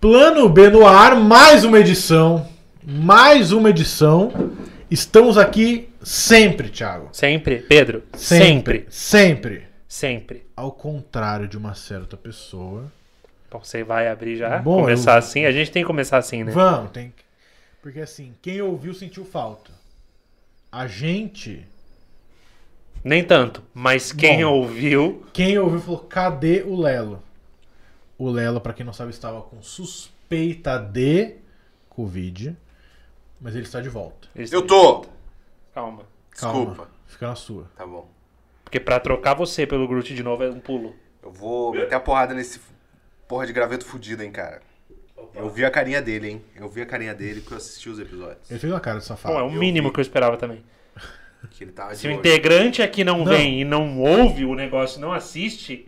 Plano B no ar, mais uma edição. Mais uma edição. Estamos aqui sempre, Thiago. Sempre, Pedro. Sempre. Sempre. Sempre. Sempre. Ao contrário de uma certa pessoa. Bom, você vai abrir já? Bom, começar eu- assim? A gente tem que começar assim, né? Vamos, tem que. Porque assim, quem ouviu sentiu falta. A gente, Nem tanto. Mas quem Bom. ouviu. quem ouviu falou: cadê o Lelo? O Lelo, pra quem não sabe, estava com suspeita de Covid, mas ele está de volta. eles- Eu tô. Calma. Calma, Desculpa. Fica na sua. Tá bom. Porque pra trocar você pelo Groot de novo é um pulo. Eu vou meter a porrada nesse porra de graveto fudido, hein, cara. Eu vi a carinha dele, hein. Eu vi a carinha dele porque eu assisti os episódios. Ele fez uma cara de safado. Bom, é o eu mínimo vi. que eu esperava também. Que ele tava de Se o olho. integrante aqui não, Não. vem e não ouve o negócio, não assiste.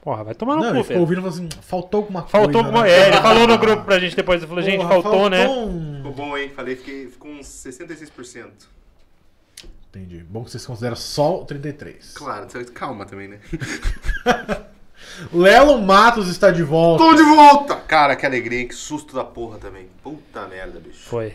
Porra, vai tomar no Não, ele cu, ficou Pedro. ouvindo e falou assim: faltou alguma coisa. Faltou alguma. né? É, ele falou no grupo pra gente depois. Ele falou, gente, Porra, faltou, né? um- Ficou bom, hein? Falei, fiquei, ficou uns 66%. Entendi. Bom que vocês consideram só o 33. Claro, você- calma também, né? Lelo Matos está de volta. Tô de volta! Cara, que alegria, hein? que susto da porra também. Puta merda, bicho. Foi.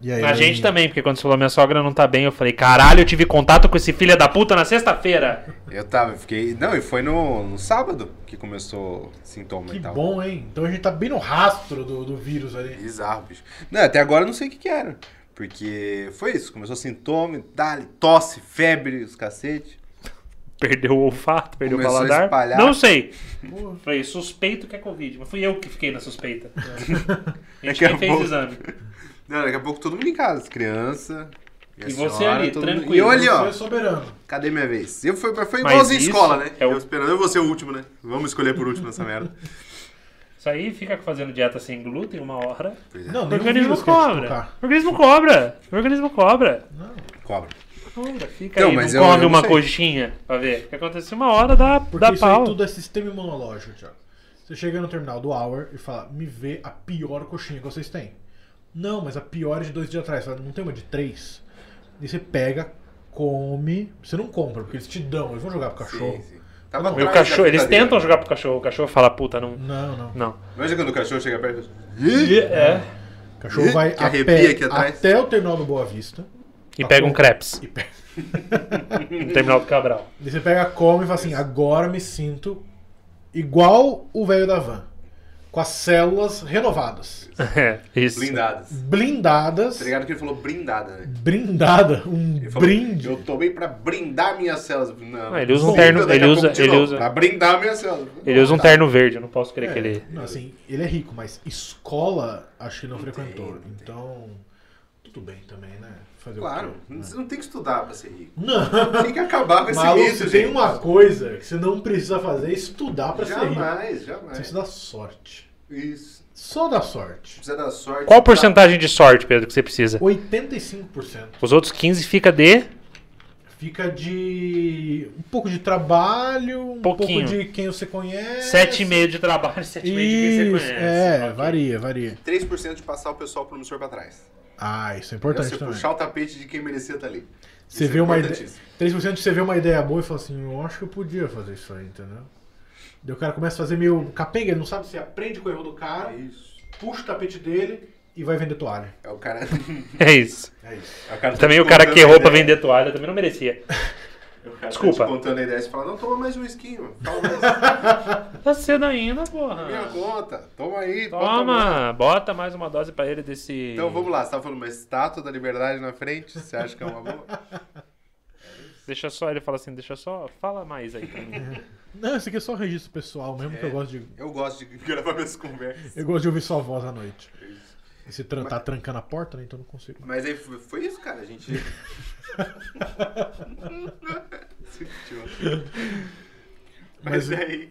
E aí, A Lelinho? gente também, porque quando você falou minha sogra não tá bem, eu falei, caralho, eu tive contato com esse filho da puta na sexta-feira. Eu tava, eu fiquei. Não, e foi no, no sábado que começou sintoma Que e tal. bom, hein? Então a gente tá bem no rastro do, do vírus ali. É Bizarro, bicho. Não, até agora eu não sei o que, que era. Porque foi isso. Começou sintoma, dali, tosse, febre, os cacete. Perdeu o olfato, perdeu Começou a o paladar. espalhar. Não sei. Pô, Falei, suspeito que é Covid, mas fui eu que fiquei na suspeita. A gente Daqui a que fez o pouco. exame. Não, daqui a pouco todo mundo em casa, criança. a E você ali, todo mundo- tranquilo. E eu ali, Foi ó. é soberano. Cadê minha vez? Eu fui, foi Mas igualzinho isso escola, né? é o- Eu esperando, eu vou ser o último, né? Vamos escolher por último nessa merda. Isso aí fica fazendo dieta sem glúten uma hora. Pois é. Não, O nem o organismo vírus quer te cobra. tocar. O organismo cobra. O organismo cobra. Não. Cobra. Cobra, fica Então, aí, mas não eu- come eu não uma sei. coxinha pra ver. O que acontece uma hora dá, Porque dá isso pau. aí tudo é sistema imunológico, Thiago. Você chega no terminal do Hour e fala, me vê a pior coxinha que vocês têm. Não, mas a pior é de dois dias atrás. Você Fala, não tem uma de três? E você pega, come. Você não compra, porque eles te dão, eles vão jogar pro cachorro. Sim, sim. Tá Tava E o atrás cachorro, da eles fita dele. tentam jogar pro cachorro, o cachorro fala, puta, não. Não, não. Não. Imagina quando o cachorro chega perto. É. O cachorro vai Que a arrepia pé aqui atrás. até o terminal do Boa Vista. E pega um crepes. E pega. No terminal do Cabral. E você pega, come e fala assim, agora me sinto igual o velho da van. Com as células renovadas. É, isso. Blindadas. Blindadas. Tá ligado que ele falou brindada, né? Brindada. Um Ele falou, brinde. Eu tomei pra brindar minhas células. Não, Ah, ele usa um Bom, terno- daqui a ele pouco usa- de ele novo, usa- Pra brindar minhas células. Ele usa um Tá. É. terno verde, eu não posso crer É que ele. Não, assim, ele é rico, mas escola acho que não frequentou. Então, tudo bem também, né? Fazer Claro, o quê? você não tem que estudar pra ser rico. Não, Tem que acabar com esse maluco, mito, se tem gente. uma coisa que você não precisa fazer é estudar pra ser rico. Jamais, Você jamais. precisa da sorte. Isso. Só da sorte. Precisa da sorte. Qual a porcentagem de sorte, Pedro, que você precisa? 85% Os outros 15 fica de. fica de um pouco de trabalho, um Pouquinho. pouco de quem você conhece. 7,5 de trabalho, 7,5 de quem você Isso, conhece. é, Ok. varia, varia. 3% de passar o pessoal promissor pra trás. Ah, isso é É importante você também. puxar o tapete de quem merecia estar ali. Você Isso vê é uma ideia, importantíssimo. 3% de você vê uma ideia boa e fala assim, eu acho que eu podia fazer isso aí, entendeu? Daí o cara começa a fazer meio capenga, ele não sabe se aprende com o erro do cara, É isso. puxa o tapete dele e vai vender toalha. É o cara. É isso. É isso. é o cara Também te o cara contando que errou pra ideia. vender toalha também não merecia. É o cara Desculpa. Te contando a ideia, você fala: não, toma mais um esquinho. Toma Tá cedo ainda, mais minha porra. conta. Toma aí. bota mais. Toma, bota mais uma dose pra ele desse. Então vamos lá, você tá falando uma estátua da liberdade na frente? Você acha que é uma boa? Deixa só, ele fala assim, deixa só, fala mais aí pra mim. Não, isso aqui é só registro pessoal mesmo, que eu É. gosto de Eu gosto de gravar minhas conversas. eu gosto de ouvir sua voz à noite. E se tran tá trancando a porta, né, então eu não consigo. Mas aí foi foi isso, cara. A gente. Mas Mas- aí.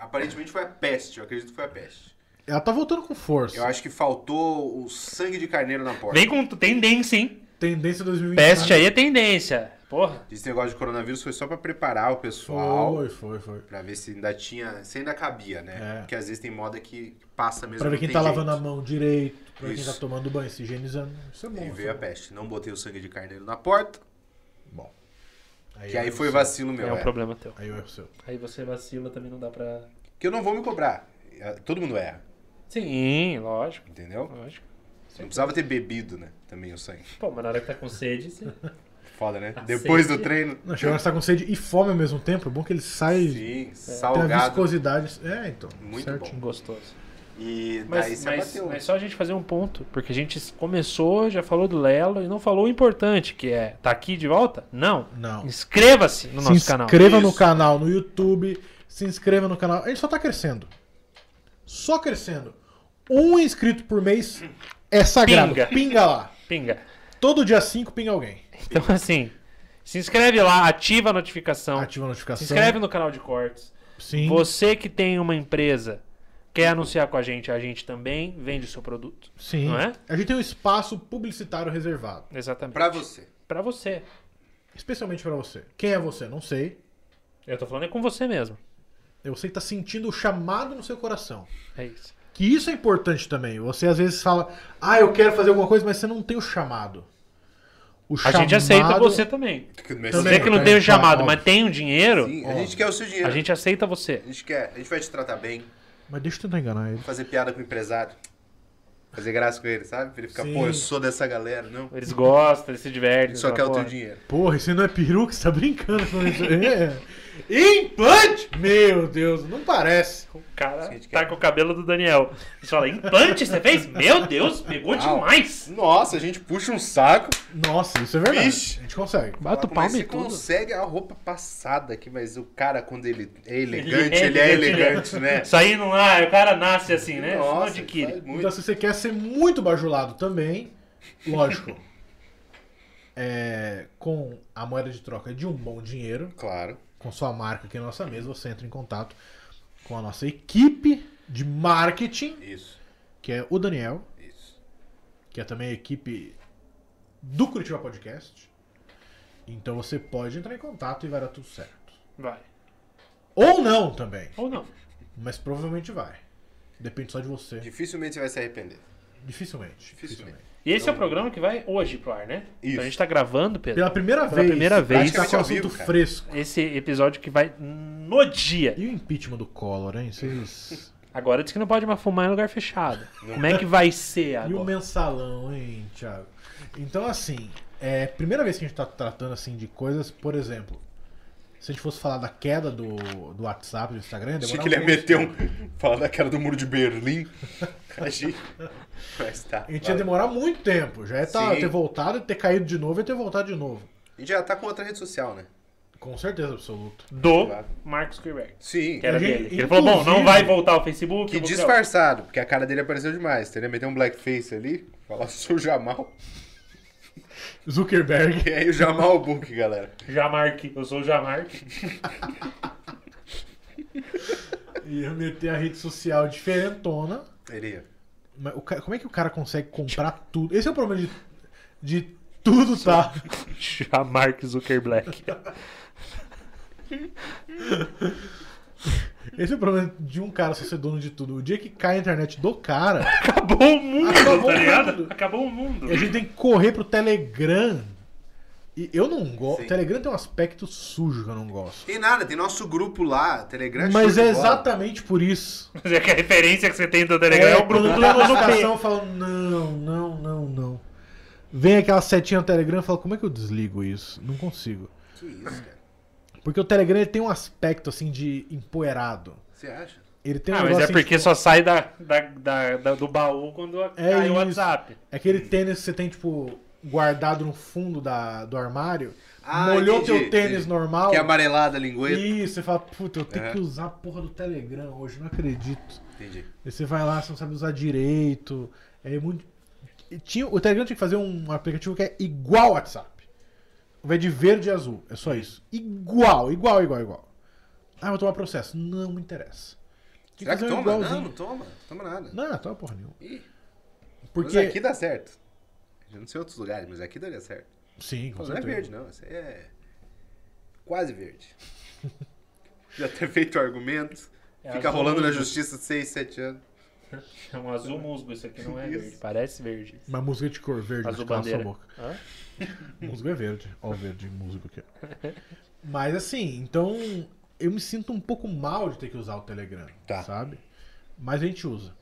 Aparentemente foi a peste, eu acredito que foi a peste. Ela tá voltando com força. Eu acho que faltou o sangue de carneiro na porta. Vem com tendência, hein? Tendência 2020. Peste aí é tendência. Porra. Esse negócio de coronavírus foi só pra preparar o pessoal. Foi, foi, foi. Pra ver se ainda tinha. Se ainda cabia, né? É. Porque às vezes tem moda que passa mesmo. Pra ver não quem tem tá jeito. lavando a mão direito, pra quem Isso. tá tomando banho, se higienizando. Isso é bom. E isso veio é a peste. Não botei o sangue de carneiro na porta. Bom. Que aí é foi seu. vacilo meu. é um é. problema teu. Aí é o seu. Aí você vacila, também não dá pra. Que eu não vou me cobrar. Ah, Todo mundo erra, Sim, lógico, entendeu? lógico. Não precisava ter bebido, né? Também o sangue. Pô, mas na hora que tá com sede, você... Foda, né? Tá Cacete. Depois do treino. Não, chegou a É. estar com sede e fome ao mesmo tempo. É bom que ele sai. Sim, Tem a salgado. viscosidade. É, então. Muito certinho. Gostoso. E daí Mas, você mas, bateu. mas só a gente fazer um ponto, porque a gente começou, já falou do Lelo e não falou o importante, que é tá aqui de volta? Não. Não. Inscreva-se no se nosso canal. inscreva no Isso. canal no YouTube, se inscreva no canal. Ele só tá crescendo. Só crescendo. Um inscrito por mês é sagrado. Pinga. Pinga lá. Pinga. Todo dia 5 pinga alguém. Então, assim, se inscreve lá, ativa a notificação, Ativa a Então, se notificação. inscreve no canal de cortes. Sim. Você que tem uma empresa, quer anunciar com a gente, a gente também vende o seu produto. Sim. Não é? A gente tem um espaço publicitário reservado. Exatamente. Pra você. Pra você. Especialmente pra você. Quem é você? Não sei. Eu tô falando é com você mesmo. Eu sei que tá sentindo o chamado no seu coração. É isso. Que isso é importante também. Você às vezes fala, ah, eu quero fazer alguma coisa, mas você não tem o chamado. O A gente aceita você também. Também. Você que não Tá, tem o tá, chamado, óbvio. mas tem o dinheiro, Sim, a gente quer o seu dinheiro. a gente aceita você. A gente quer, a gente vai te tratar bem, Mas deixa eu tentar enganar ele. fazer piada com o empresário, fazer graça com ele, sabe? Pra ele ficar, Sim. pô, eu sou dessa galera, não. Eles gostam, eles se divertem. Ele só eles quer o teu adoram. dinheiro. Porra, esse não é peruca? Você tá brincando com isso? É. Implante? Meu Deus, não parece. O cara Sim, a gente tá quer. com o cabelo do Daniel. Você fala, implante você fez? Meu Deus, pegou Uau. demais. Nossa, a gente puxa um saco. Nossa, isso é verdade. Vixe. A gente consegue. Bata o Fala, mas palmo e você tudo. consegue a roupa passada aqui, mas o cara, quando ele é Ele elegante, é ele é elegante, elegante, né? Isso aí não é, o cara nasce assim, né? Isso não Nossa, adquire. faz Então, muito. se você quer ser muito bajulado também, lógico, é, com a moeda de troca de um bom dinheiro, Claro. com sua marca aqui na nossa mesa, você entra em contato com a nossa equipe de marketing, Isso, que é o Daniel, isso. que é também a equipe do Curitiba Podcast. Então você pode entrar em contato e vai dar tudo certo. Vai. Ou não também, Ou não. mas provavelmente vai. Depende só de você. Dificilmente você vai se arrepender. Dificilmente. Dificilmente. E esse é o programa que vai hoje pro ar, né? Então- Isso. Então a gente tá gravando, Pedro. Pela primeira Pela vez. primeira vez. Tá com o Praticamente ao vivo, assunto cara. fresco. Esse episódio que vai no dia. E o impeachment do Collor, hein? Vocês... Agora diz que não pode mais fumar em lugar fechado. Como é que vai ser E o agora? mensalão, hein, Thiago? Então, assim, é a primeira vez que a gente tá tratando assim de coisas, por exemplo, se a gente fosse falar da queda do, do WhatsApp, do Instagram, Achei demorava que ele ia muito meter tempo. um. Falar da cara do muro de Berlim. Achei. Mas tá. A gente ia vai. demorar muito tempo. Já ia tá, Sim. ter voltado, ter caído de novo e ter voltado de novo. A gente já tá com outra rede social, né? Com certeza absoluta. Do Claro. Marcos Quebec. Sim. Que era A gente- dele. Ele falou, bom, não inclusive- vai voltar ao Facebook. Que eu vou criar disfarçado, porque a cara dele apareceu demais. Teria meter um blackface ali, falar sou Jamal. Zuckerberg. E aí o Jamal Book, galera. outro. Jamarque, eu sou o Jamarque. Ia meter a rede social diferentona. Teria. Mas o ca- como é que o cara consegue comprar tudo? Esse é o problema de, de tudo tá. Jamarque Zuckerblack. Esse é o problema de um cara só ser dono de tudo. O dia que cai a internet do cara, Acabou o mundo, Acabou tá o ligado? mundo. Acabou o mundo. a gente tem que correr pro Telegram. E eu não gosto. Sim. Telegram tem um aspecto sujo que eu não gosto. Tem nada, tem nosso grupo lá, Telegram. Mas show é de bola. exatamente por isso. Mas é que a referência que você tem do Telegram é, o quando Bruno tem uma do notificação, eu falo, não, não, não, não. Vem aquela setinha no Telegram e falo, como é que eu desligo isso? Não consigo. Que isso, cara. Porque o Telegram ele tem um aspecto assim de empoeirado. Você acha? Ele tem um Ah, mas negócio é assim, porque tipo, só sai da, da- da- da- do baú quando cai isso. o WhatsApp. É aquele tênis que você tem, tipo, guardado no fundo da, do armário. Ah, molhou entendi, teu tênis entendi. normal. Que é amarelada a lingueta. Isso, você fala, puta, eu tenho É. que usar a porra do Telegram hoje, não acredito. Entendi. Aí você vai lá, você não sabe usar direito. É muito. e Tinha, o Telegram tinha que fazer um aplicativo que é igual ao WhatsApp. Vai de verde e azul, é só isso. Igual, igual, igual, igual. Ah, vou tomar processo. Não me interessa. Tinha Será que fazer um toma? Não, igualzinho. não toma. Toma nada. Não, não toma porra nenhuma. Ih, Porque. Mas aqui dá certo. Eu não sei outros lugares, mas aqui daria certo. Sim, com Pô, não é certeza. verde, não. Isso aí é quase verde. Já ter feito argumento. É fica azul rolando na musgo. justiça 6, 7 anos. É um azul musgo, isso aqui não é Isso. verde. Parece verde. Mas música de cor verde, Azul não cala sua bandeira. boca. Hã? Musgo é verde. Ó, o verde, musgo aqui. Mas assim, então eu me sinto um pouco mal de ter que usar o Telegram, Tá. sabe? Mas a gente usa.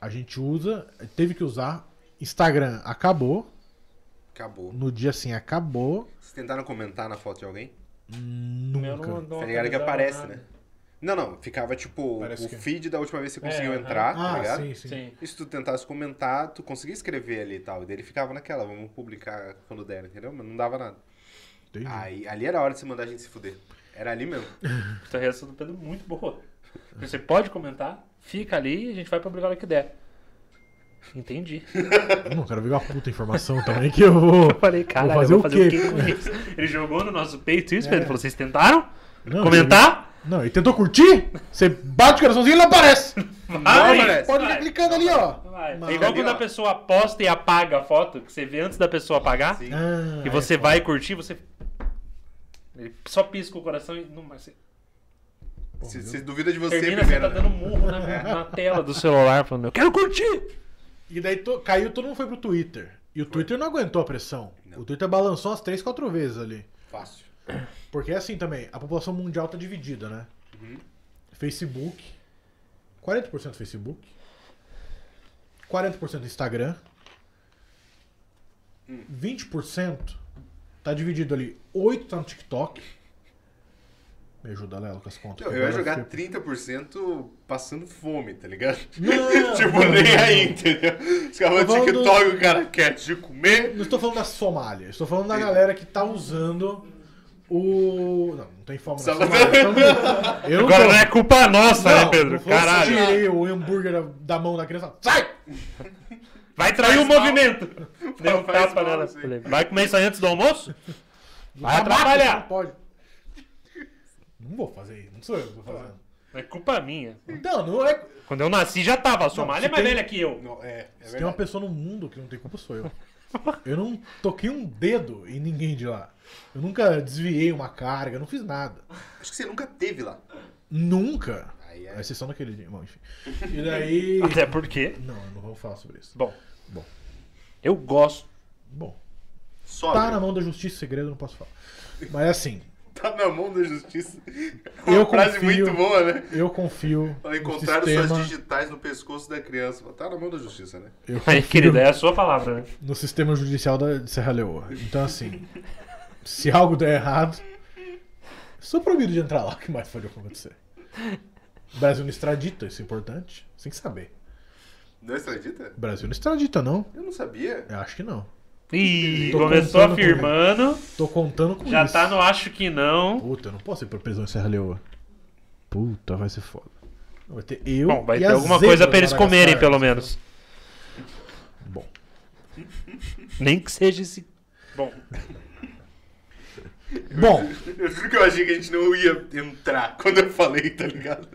A gente usa, teve que usar. Instagram acabou. Acabou. No dia assim acabou. Vocês tentaram comentar na foto de alguém? Eu não- Nunca. não Tá ligado que atualizava aparece, nada. né? Não, não. Ficava tipo Parece o que- feed da última vez que você É, conseguiu aham. entrar, tá Ah, ligado? sim, sim. Sim. E se tu tentasse comentar, tu conseguia escrever ali e tal. E daí ele ficava naquela, vamos publicar quando der, entendeu? Mas não dava nada. Entendi. Aí, ali era a hora de você mandar a gente se fuder. Era ali mesmo. Essa reação do Pedro é muito boa. Você pode comentar, fica ali e a gente vai publicar o que der. Entendi. Eu não quero ver uma puta informação também que eu vou. Eu falei, cara, fazer eu o vou fazer o quê? quê com isso? Ele jogou no nosso peito isso, É. Pedro. Falou, vocês tentaram? Não, comentar? ele- Não, ele tentou curtir? Você bate o coraçãozinho e ele aparece. Vai, aparece. Pode ir vai, clicando ali, ó. vai. Mas- É igual ali, quando ó. a pessoa aposta e apaga a foto, que você vê antes da pessoa apagar, Sim. Ah, e você vai curtir, você. Ele só pisca o coração e. Não, mas você Se, se duvida de você termina, você primeiro. tá né? dando murro na, na tela do celular, falando, eu quero curtir! E daí to- caiu, todo mundo foi pro Twitter. E o Twitter não aguentou a pressão. O Twitter balançou umas três, quatro vezes ali. Fácil. Porque é assim também, a população mundial tá dividida, né? Uhum. Facebook, 40% Facebook, 40% Instagram, Hum. 20% tá dividido ali, 8% tá no TikTok. Me ajuda, Léo, com as contas. Eu, que eu ia agora jogar fiquei- 30% passando fome, tá ligado? Não, tipo, não, nem não. aí, entendeu? Os Tô caras no falando- TikTok, o cara quer te comer. Não estou falando da Somália, estou falando da galera que tá usando o. Não, não tem fome na Só- Somália. então não- Eu Agora tô- não é culpa nossa, né, Não, Pedro? não vou Caralho. sugerir o hambúrguer da- da mão da criança. Sai! Vai trair o mal. movimento. Deu um Faz tapa mal, nela. sim. Falei, Vai comer isso aí antes do almoço? Vai Tá mato, atrapalhar. Não pode. Não vou fazer isso, não sou eu que vou fazer. É culpa minha. Então, não é. Quando eu nasci já tava. A Somália é se mais tem- velha que eu. Não, é, Se é tem uma verdade. pessoa no mundo que não tem culpa, sou eu. Eu não toquei um dedo em ninguém de lá. Eu nunca desviei uma carga, não fiz nada. Acho que você nunca teve lá. Nunca. Aí é- A exceção daquele dia. Bom, enfim. E daí. Até é porque. Não, eu não vou falar sobre isso. Bom. Bom. Eu gosto. Bom, Só tá na mão da justiça, segredo, eu não posso falar. Mas assim, tá na mão da justiça. Eu Uma frase confio- muito boa, né? eu confio. Fala, no Encontraram sistema, suas digitais no pescoço da criança. Fala, Tá na mão da justiça, né? eu Aí, confio querida, é a sua palavra, né? no sistema judicial da de Serra Leoa. Então, assim, se algo der errado, sou proibido de entrar lá. O que mais pode acontecer? O Brasil não extradita, isso é importante. Você tem que saber. Não é extradita? O Brasil não extradita, não? Eu não sabia. Eu acho que não. Ih, Tô começou contando afirmando. Tô contando com Já isso. tá no acho que não. Puta, eu não posso ir pra prisão em Serra Leoa. Puta, vai ser foda. Não, Vai ter eu. Bom, vai e ter as alguma coisa zebras pra eles de comerem, Madagascar. pelo menos. Bom. Nem que seja esse. Bom, Bom, Eu juro que eu achei que a gente não ia entrar quando eu falei, tá ligado?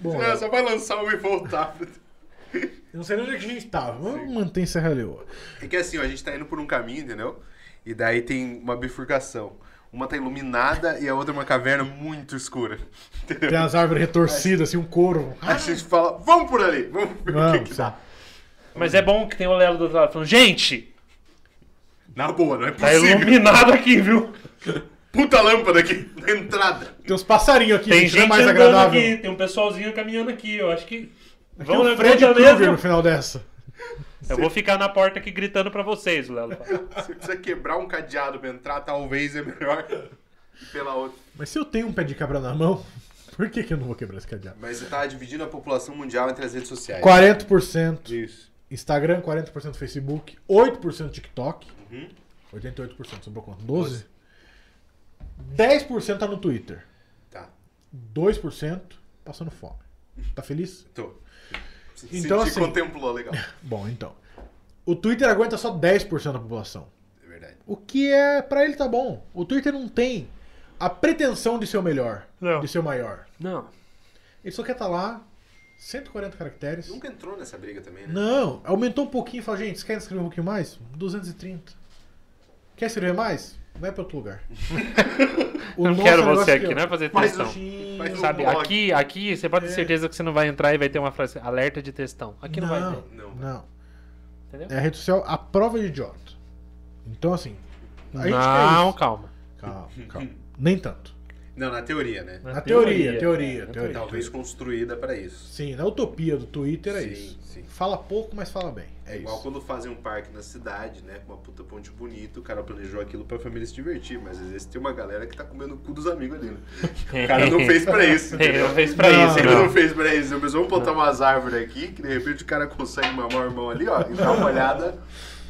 Bom, é. Ah, só vai lançar um e voltar. eu não sei nem onde é que a gente tava. Vamos manter em Serra Leoa. É que assim, ó, a gente tá indo por um caminho, entendeu? E daí tem uma bifurcação. Uma tá iluminada e a outra é uma caverna muito escura. Entendeu? Tem as árvores retorcidas, assim, um couro. Aí a gente fala, vamos por ali, vamos ver o que que Vamos, dá. mas é bom que tem o Lelo do outro lado falando, gente, Na boa, não é tá possível. iluminado aqui, viu? Puta lâmpada aqui na entrada. Tem uns passarinhos aqui, Tem gente, não gente é mais andando agradável. aqui, tem um pessoalzinho caminhando aqui. Eu acho que. Tem Vão um na Fred conta Krueger mesmo. no final dessa. Eu vou ficar na porta aqui gritando pra vocês, Lelo. Se você precisa quebrar um cadeado pra entrar, talvez é melhor ir pela outra. Mas se eu tenho um pé de cabra na mão, por que, que eu não vou quebrar esse cadeado? Mas você tá dividindo a população mundial entre as redes É. sociais. 40% Isso. Instagram, 40% Facebook, 8% TikTok. Uhum. 88%, sobrou quanto? 12? 10% tá no Twitter. Tá. 2% passando fome. Tá feliz? Tô. Se, Então, se te assim- contemplou, legal. Bom, então. O Twitter aguenta só 10% da população. É verdade. O que é, pra ele tá bom. O Twitter não tem a pretensão de ser o melhor, Não. de ser o maior. Não. Ele só quer estar lá, 140 caracteres. Nunca entrou nessa briga também, né? Não, aumentou um pouquinho e falou, gente, você quer escrever um pouquinho mais? 230. Quer escrever mais? Vai pra outro lugar. O Eu não nosso quero negócio você aqui, ó, não é fazer Mas assim, textão. baixinho, Mas o- Sabe, blog. aqui, aqui você pode ter É. certeza que você não vai entrar e vai ter uma frase alerta de textão. Aqui não, vai não, ter, Não. não. entendeu? É a rede social a prova de idiota. Então, assim, a gente Não, quer calma. isso. Calma, calma. Nem tanto. Não, na teoria, né? é Na teoria, teoria, na teoria. Talvez construída pra isso. Sim, na utopia do Twitter é Sim, isso. sim. Fala pouco, mas fala bem. É É igual isso. quando fazem um parque na cidade, né? Com uma puta ponte bonita, o cara planejou aquilo pra família se divertir, mas às vezes tem uma galera que tá comendo o cu dos amigos ali. né? É O cara não fez pra isso, Ele entendeu? não fez pra Não, isso, Ele não. não fez pra isso. Eu pensou, vamos botar umas árvores aqui, que de repente o cara consegue mamar o irmão ali, ó, e dá uma olhada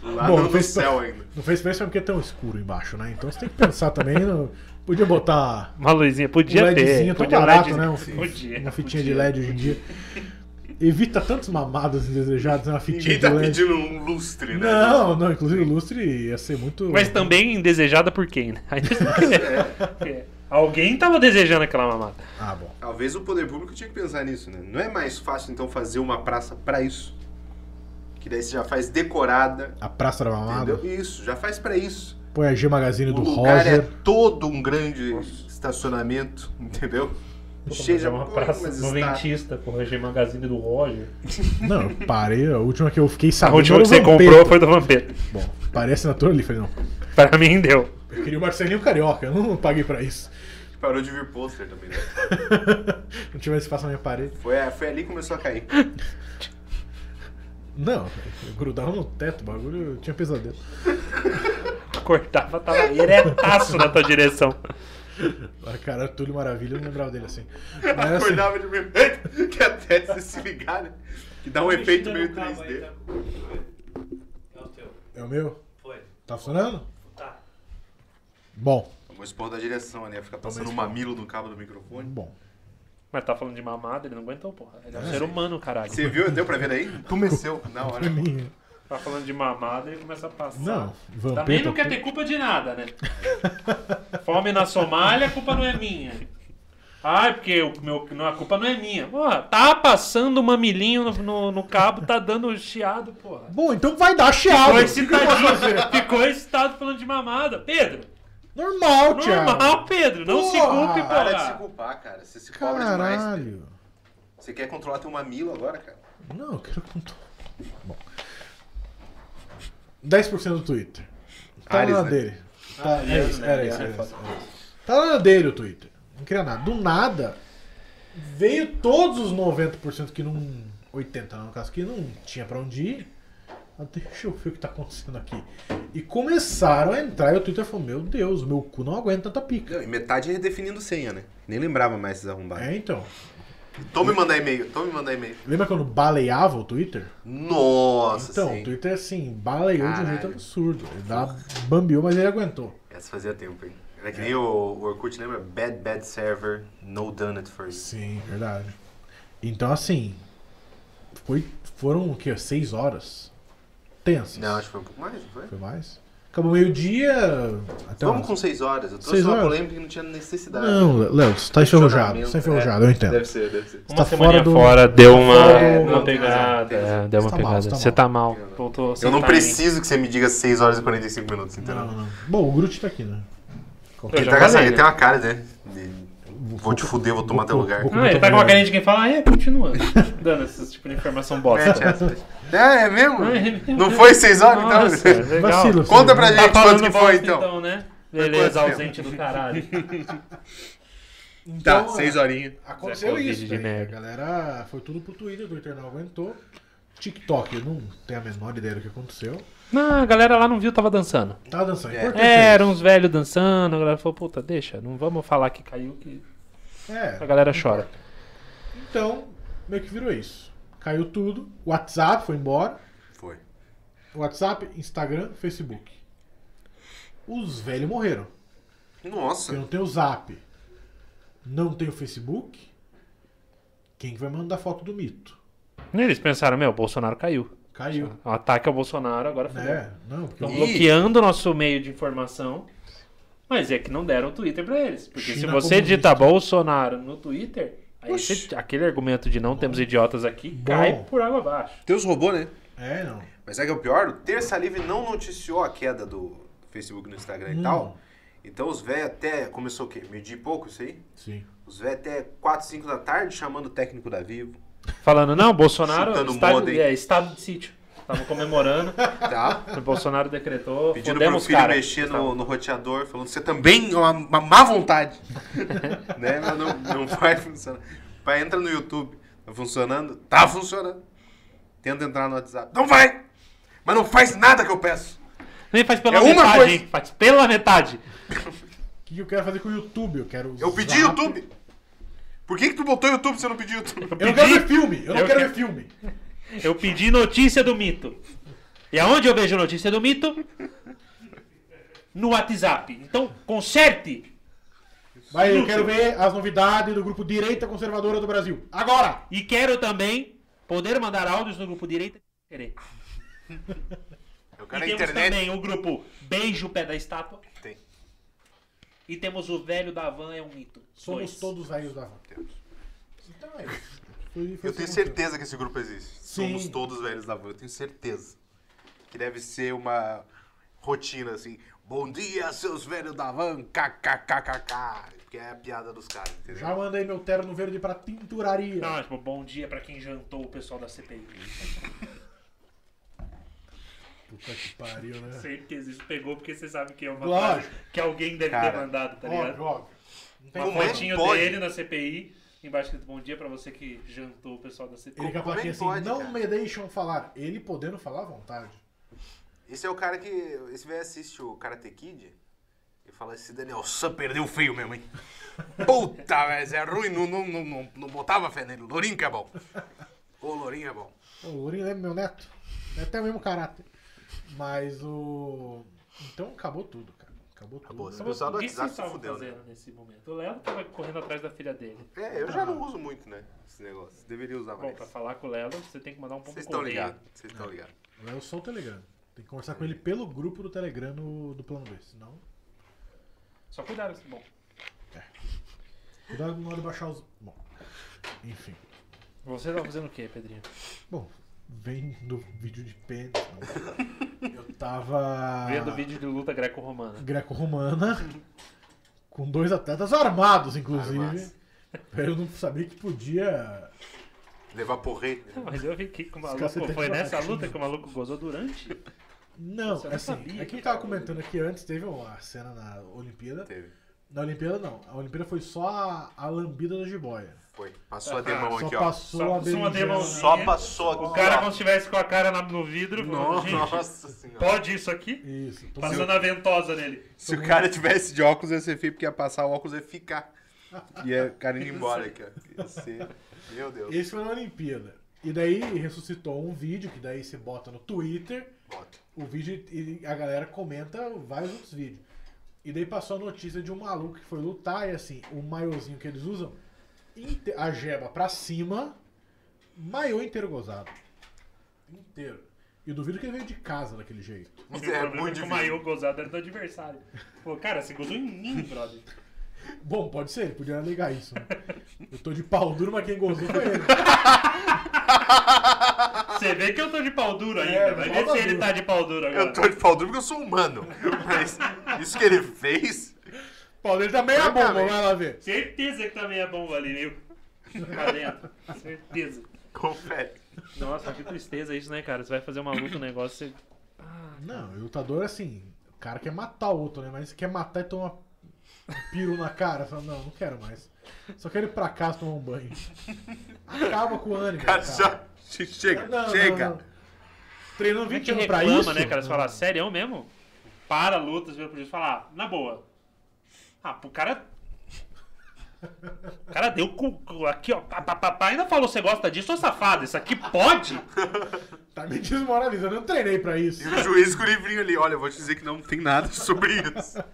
lá Bom, tá no- não no fez pra- céu ainda. Não fez isso porque é tão escuro embaixo, né? Então você tem que pensar também. No... Podia botar Uma luzinha, um podia LEDzinho ter. tão Podia um barato, LED né? Um- Podia, uma fitinha de podia. LED hoje em dia. Evita tantos mamados indesejados na né? fitinha Ninguém de tá LED. pedindo um lustre, né? Não, não, inclusive o lustre ia ser muito. Mas também indesejada por quem, né? Ainda não- É. Alguém tava desejando aquela mamada. Ah, bom. Talvez o poder público tinha que pensar nisso, né? Não é mais fácil, então, fazer uma praça pra isso? Que daí você já faz decorada, A Praça da Mamada. entendeu? Isso, já faz pra isso. Põe a G Magazine do o lugar Roger. é todo um grande estacionamento, entendeu? Cheio é de uma apoio, praça mas está... noventista, com o Magazine do Roger. Não, eu parei. A última que eu fiquei A sabendo. última era que o você Vampeta. comprou foi do Vampeta. Bom, parece na torre ali. Falei, não. Pra mim, deu. Eu queria o Marcelinho Carioca, eu não paguei pra isso. Parou de vir pôster também, né? não tinha mais espaço na minha parede. Foi, é, foi ali que começou a cair. Não, eu grudava no teto, o bagulho, eu tinha pesadelo. Cortava, tava eretaço na tua direção. Ah, Cara, Túlio Maravilha, eu não lembrava dele assim. Mas assim, Acordava de meio... que até você se ligar, né? Que dá um efeito meio 3D. É o teu. é o meu? Foi. Tá funcionando? Tá. Bom, Vou expor da direção ali, ia ficar passando o Talvez mamilo no cabo do microfone. bom. Mas tá falando de mamada, ele não aguentou, porra. Ele é um ser humano, caralho. Você viu? Deu pra ver aí? Tumeceu na hora. Minha. Tá falando de mamada e começa a passar. Não, Vampeta. Também não quer ter culpa de nada, né? Fome na Somália, a culpa não é minha. Ai, porque o meu, não, a culpa não é minha. Porra, tá passando o mamilinho no, no- no cabo, tá dando chiado, porra. Bom, então vai dar chiado. Ficou excitadinho, ficou excitado falando de mamada. Pedro, Normal, Thiago. normal, Pedro, não se Porra, culpe, Para de se porra. culpar, cara. Você se cobra demais. né? Caralho. Você quer controlar teu mamilo agora, cara? Não, eu quero contar. Bom. 10% do Twitter. Tá Ares, lá na né? dele. Tá, Ares, é isso, né? era isso, Ares era é isso, era isso. Tá lá na dele o Twitter. Não queria nada. Do nada, veio todos os 90% que não. 80% no caso, que não tinha pra onde ir. Ah, Deixa eu ver o que tá acontecendo aqui. E começaram a entrar e o Twitter falou: Meu Deus, meu cu não aguenta tanta pica. Não, e metade redefinindo senha, né? Nem lembrava mais esses arrombados. É, então. Tô me mandar e-mail, tô me mandar e-mail. Lembra quando baleava o Twitter? Nossa, Então, sim. o Twitter assim, baleou de um jeito Caralho. absurdo. Ele dá, bambiou, mas ele aguentou. Essa fazia tempo, hein? Era É. que nem o, o Orkut, lembra? Bad, bad server, no done it for you. Sim, verdade. Então, assim, foi, foram o quê? Seis horas? Tensas. Não, acho que foi um pouco mais, não foi? Foi mais? Acabou meio-dia. Até Vamos umas- com 6 horas. Eu trouxe Então, Seis uma horas? polêmica que não tinha necessidade. Não, Léo, você tá enferrujado. Você tá enferrujado, eu entendo. é Deve ser, deve ser. É, Você tá fora do. deu fora do- uma uma pegada, pegada. é, deu Você uma tá mal, pegada. você tá Você tá mal. Eu não- voltou a Eu não sentar em mim. preciso que você me diga 6 horas e 45 minutos, Não, entendeu? não. Bom, o Groot tá aqui, né? Eu Ele já tá assim, falei, ele né? tem uma cara, né? de- Vou te fuder, vou tomar teu lugar. vou- Não, ele tá com uma carinha de quem fala, ah, é, continua. Dando esse tipo de informação bosta. Mete essa. É, é mesmo? Ah, é mesmo? Não foi 6 horas, Nossa, então? legal. Vacilo. Conta pra gente Tá quanto falando que bosta, foi, então. né? quanto Beleza, tempo? ausente do caralho. Então, Tá, 6 horinhas. Aconteceu Covid isso, de daí. a merda. galera foi tudo pro Twitter, o Twitter não aguentou. TikTok, eu não tenho a menor ideia do que aconteceu. Não, a galera lá não viu, tava dançando. Tá dançando, é É. importante. É, eram uns velhos dançando, a galera falou, puta, deixa, não vamos falar que caiu, que isso. a É, galera chora. então, meio que virou isso. Caiu tudo, WhatsApp foi embora, Foi. WhatsApp, Instagram, Facebook. Os velhos morreram. Nossa. Eu não tenho o Zap, não tenho o Facebook. Quem que vai mandar foto do mito? Eles pensaram, meu, o Bolsonaro caiu. Caiu. O ataque ao Bolsonaro agora foi. É, não, porque Estão Ih. bloqueando o nosso meio de informação. Mas é que não deram o Twitter pra eles. Porque se China você comunista. digitar Bolsonaro no Twitter, aí Oxi. você- aquele argumento de não temos idiotas aqui cai por água abaixo. Tem os robôs, né? É, não. Mas sabe o que é o pior? O Terça Livre não noticiou a queda do Facebook no Instagram Hum. e tal. Então os velhos até. Começou o quê? Meio dia e pouco isso aí? Sim. Os velhos até 4, 5 da tarde chamando o técnico da Vivo. Falando, não, Bolsonaro Chutando está, modem. é, estado de sítio. Estavam comemorando. Tá? o Bolsonaro decretou. Pedindo fodemos, pro filho cara. mexer Estavam- no, no roteador, falando você também é uma, uma má vontade. né? Mas não, não vai funcionar. Pai, entra no YouTube. Tá funcionando? Tá funcionando. Tenta entrar no WhatsApp. Não vai! Mas não faz nada que eu peço. Nem faz pela É uma metade, coisa- hein? Faz pela metade. O que eu quero fazer com o YouTube? Eu quero. Eu pedi usar- YouTube. Por que, que tu botou YouTube se eu não pedi YouTube? Eu não quero Pedi. ver filme! Eu não Eu quero quero- ver filme! Eu pedi notícia do mito. E aonde eu vejo notícia do mito? No WhatsApp. Então, conserte Mas eu quero ver as novidades do grupo Direita Conservadora do Brasil. Agora! e quero também poder mandar áudios no grupo direita sem querer. Eu E temos também o grupo Beijo Pé da Estátua. é Tem. E temos o Velho da Van é um mito. Somos Dois. todos velhos da van. Então é isso. Foi- foi Eu tenho só um certeza que esse grupo existe. Sim. Somos todos velhos da van, eu tenho certeza. Que deve ser uma rotina assim. Bom dia, seus velhos da van, kkkkkk. Porque é a piada dos caras, tempo. entendeu? Já mandei meu terno verde pra tinturaria. Não, tipo, bom dia pra quem jantou o pessoal da CPI. Puta que pariu, né? Certeza, isso pegou porque você sabe que é uma Lógico. frase que alguém deve ter Cara, mandado, tá Óbvio, ligado? óbvio. Não tem Uma Como é que como. fotinho pode? dele na CPI, embaixo escrito bom dia pra você que jantou o pessoal da Ele CPI. com a plaquinha é que assim, pode, não cara? me deixam falar. Ele podendo falar à vontade. Esse é o cara que. Esse velho assiste o Karate Kid e fala: esse Daniel Sam perdeu feio mesmo, hein? Puta, mas é ruim, não, não, não, não, não botava fé nele. Lourinho que é bom. Ô, Lourinho é bom. Pô, O Lourinho lembra meu neto. É até o mesmo caráter. Mas o. Então acabou tudo, cara. Acabou tudo. Acabou, né? esse Acabou pessoal do O que vocês WhatsApp se estavam fudeu, né? fazendo nesse momento? O Léo tava correndo atrás da filha dele. É, eu já não uso muito, né? Esse negócio. Deveria usar Bom, mais. pra falar com o Léo, você tem que mandar um pouco Vocês estão ligados, vocês estão ligados. Eu sou É o Telegram. Tem que conversar com ele pelo grupo do Telegram no- do Plano B. Senão. Só cuidado, assim, bom. Cuidado na hora de baixar os. Bom. Enfim. Você tá fazendo o quê, Pedrinho? Bom, vem do vídeo de pênis. não. Eu tava. Vendo vídeo de luta greco-romana. Greco-romana. Com dois atletas armados, inclusive. Armados. Eu não sabia que podia. Levar porrete. né? Mas eu vi que o maluco cacetetes foi pra nessa baixo. luta que o maluco gozou durante. Não, Você não assim, sabia. é que eu tava comentando aqui antes, teve uma cena na Olimpíada. Teve. Na Olimpíada não, a Olimpíada foi só a, a lambida da jiboia. Foi. Passou a demão Só aqui, ó. passou Só a passou uma berinjela. demãozinha. Só passou aqui. O cara ó. como se estivesse com a cara na- no vidro. falando, "Gente, Nossa senhora. Pode isso aqui? Isso, todo mundo- Passando a ventosa nele. Se o cara tivesse de óculos, ia ser feio, porque ia passar o óculos e ia ficar. E ia- o cara indo embora aqui, ó. Ia ser- Meu Deus. Esse foi na Olimpíada. E daí ressuscitou um vídeo, que daí você bota no Twitter, Bota. o vídeo e a galera comenta vários outros vídeos. E daí passou a notícia de um maluco que foi lutar e assim, o maiozinho que eles usam, inte- a jeba pra cima, maiô inteiro gozado. Inteiro. E eu duvido que ele veio de casa daquele jeito. E o É problema é muito que o difícil. Maiô gozado era do adversário. Pô, cara, você gozou em mim, brother. Bom, pode ser, ele podia alegar isso. né? Eu tô de pau duro, mas quem gozou foi ele. Você vê que eu tô de pau duro ainda. É, Vai de ver pau se ele duro. tá de pau duro agora. Eu tô de pau duro porque eu sou humano. Mas isso que ele fez. O pau dele tá meia bomba, Exatamente. vai lá ver. Certeza que tá meia bomba ali, viu? Pra dentro. Certeza. Confere. Nossa, que tristeza isso, né, cara? Você vai fazer uma luta, um negócio, você... Não, o lutador, assim, o cara quer matar o outro, né? Mas quer matar e tomar um piro na cara. Fala, não, não quero mais. Só quero ir pra casa tomar um banho. Acaba com o ânimo, Cara, cara. já. che- Chega, Não, não, chega. não. Treinando Como é 20 que anos pra reclama, isso? né, cara? Você Não. fala, sério mesmo? Para a luta, você vira pro juiz e fala, ah, na boa. Ah, pro cara... O cara deu cu, cu- aqui, ó, pá, pá, pá, pá, ainda falou, você gosta disso, ô safado, isso aqui pode? Tá me desmoralizando, eu não treinei pra isso. E o juiz com o livrinho ali. Olha, eu vou te dizer que não tem nada sobre isso.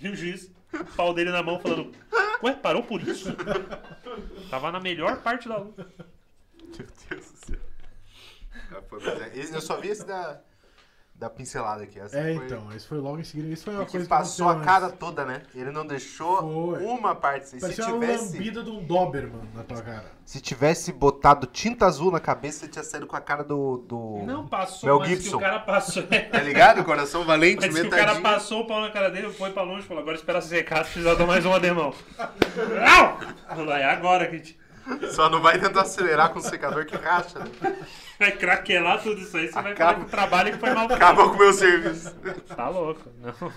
E o juiz, o pau dele na mão, falando, ué, parou por isso? Tava na melhor parte da luta. Meu Deus do céu. Cara, foi- mas é- esse- Eu só vi esse da, da pincelada aqui. Essa É, foi- então, isso foi logo em seguida. Isso foi uma Porque coisa passou que a aconteceu cara antes. toda, né? Ele não deixou Foi. uma parte. assim. Se Parecia uma tivesse, lambida de um Doberman na tua cara. se tivesse botado tinta azul na cabeça, ele tinha saído com a cara do. do... Não passou, Mel mas que Gibson. o cara passou. Tá ligado? Coração valente, Mas que o cara metadinho. passou o pau na cara dele, foi pra longe e falou: agora espera secar, se precisar dar mais um ademão. Au! Falou, é agora que a gente. Só não vai tentar acelerar com o secador que racha. né? Vai craquelar tudo isso aí, você vai Acaba. falar que o trabalho que foi mal feito. Acaba com o meu serviço. Tá louco, não.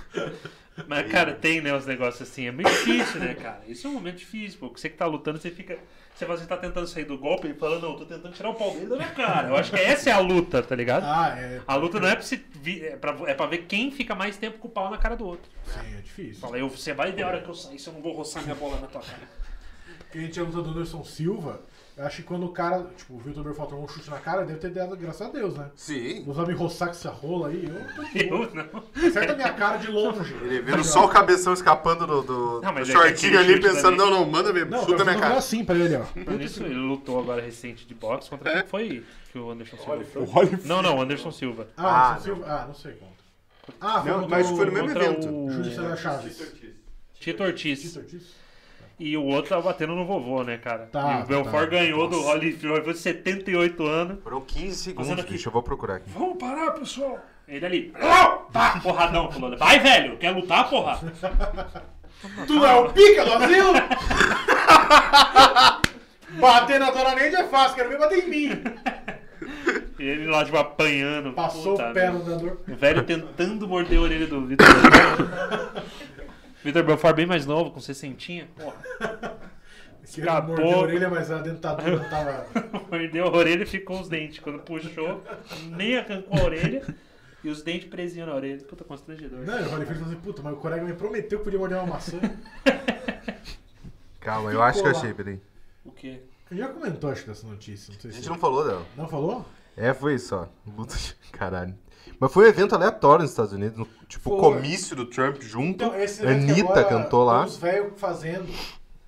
Mas, cara, tem, né, os negócios assim. É muito difícil, né, cara? Isso é um momento difícil, pô. Você que tá lutando, você fica. Você fala, você tá tentando sair do golpe e falando, não, eu tô tentando tirar o pau dele da minha cara. Eu acho que essa é a luta, tá ligado? Ah, é. A luta não é pra, se vi- é, pra, é pra ver quem fica mais tempo com o pau na cara do outro. Sim, é difícil. Fala, eu, você vai de hora que eu sair, se eu não vou roçar minha bola na tua cara. Porque a gente é lutador do Anderson Silva. Eu acho que quando o cara, tipo, viu o Vitor faltou um chute na cara, deve ter dado, graças a Deus, né? Sim. Usar me roçar com essa rola aí, eu. Eu não. Acerta minha cara de longe. Ele um vendo só o cabeção escapando do, do, Não, mas do é que shortinho aquele ali, chute pensando, também- não, não, manda mesmo, né? Não, chuta eu minha cara. assim pra ele, ó. Por isso ele lutou agora recente de boxe contra quem foi que o Anderson Silva lutou? Olha, Não, não, Anderson Silva. Ah, Ah, Anderson Silva. Ah, não sei quanto. Ah, foi Não, contra mas o- foi no mesmo Contra evento. o Júlio César Chaves. Tito Ortiz. Tito Ortiz? E o outro tava batendo no vovô, né, cara? Tá, e o Belfort tá. ganhou do Holyfield, depois de 78 anos. Foram 15 Fazendo segundos, aqui. bicho, eu vou procurar aqui. Vamos parar, pessoal. Ele ali. Ah! Pá, porradão pro lado. Vai, velho, quer lutar, porra? Tu é o pica do asilo? bater na dona Neide é fácil, quero ver bater em mim. E ele lá, tipo, apanhando. Passou Puta o pé merda. no dador. O velho tentando morder a orelha do Vitor Belfort. Vitor Belfort bem mais novo, com 60. Porra. Que ele mordeu a Escapou. orelha, mas a dentadura tava. Mordeu a orelha e ficou os dentes. Quando puxou, nem arrancou a orelha. E os dentes presinhos na orelha. Puta, constrangedor. Não, eu falei pra ele falou assim, puta, mas o colega me prometeu que podia morder uma maçã. Calma, eu acho que eu lá. achei, peraí. O quê? Ele já comentou, acho, dessa notícia, não sei A se... gente não falou dela. Não falou? É, foi isso, ó. Luta de... Caralho. Mas foi um evento aleatório nos Estados Unidos, no- tipo, Foi. comício do Trump junto. evento Então, que Anitta agora cantou lá. tem Os velhos fazendo.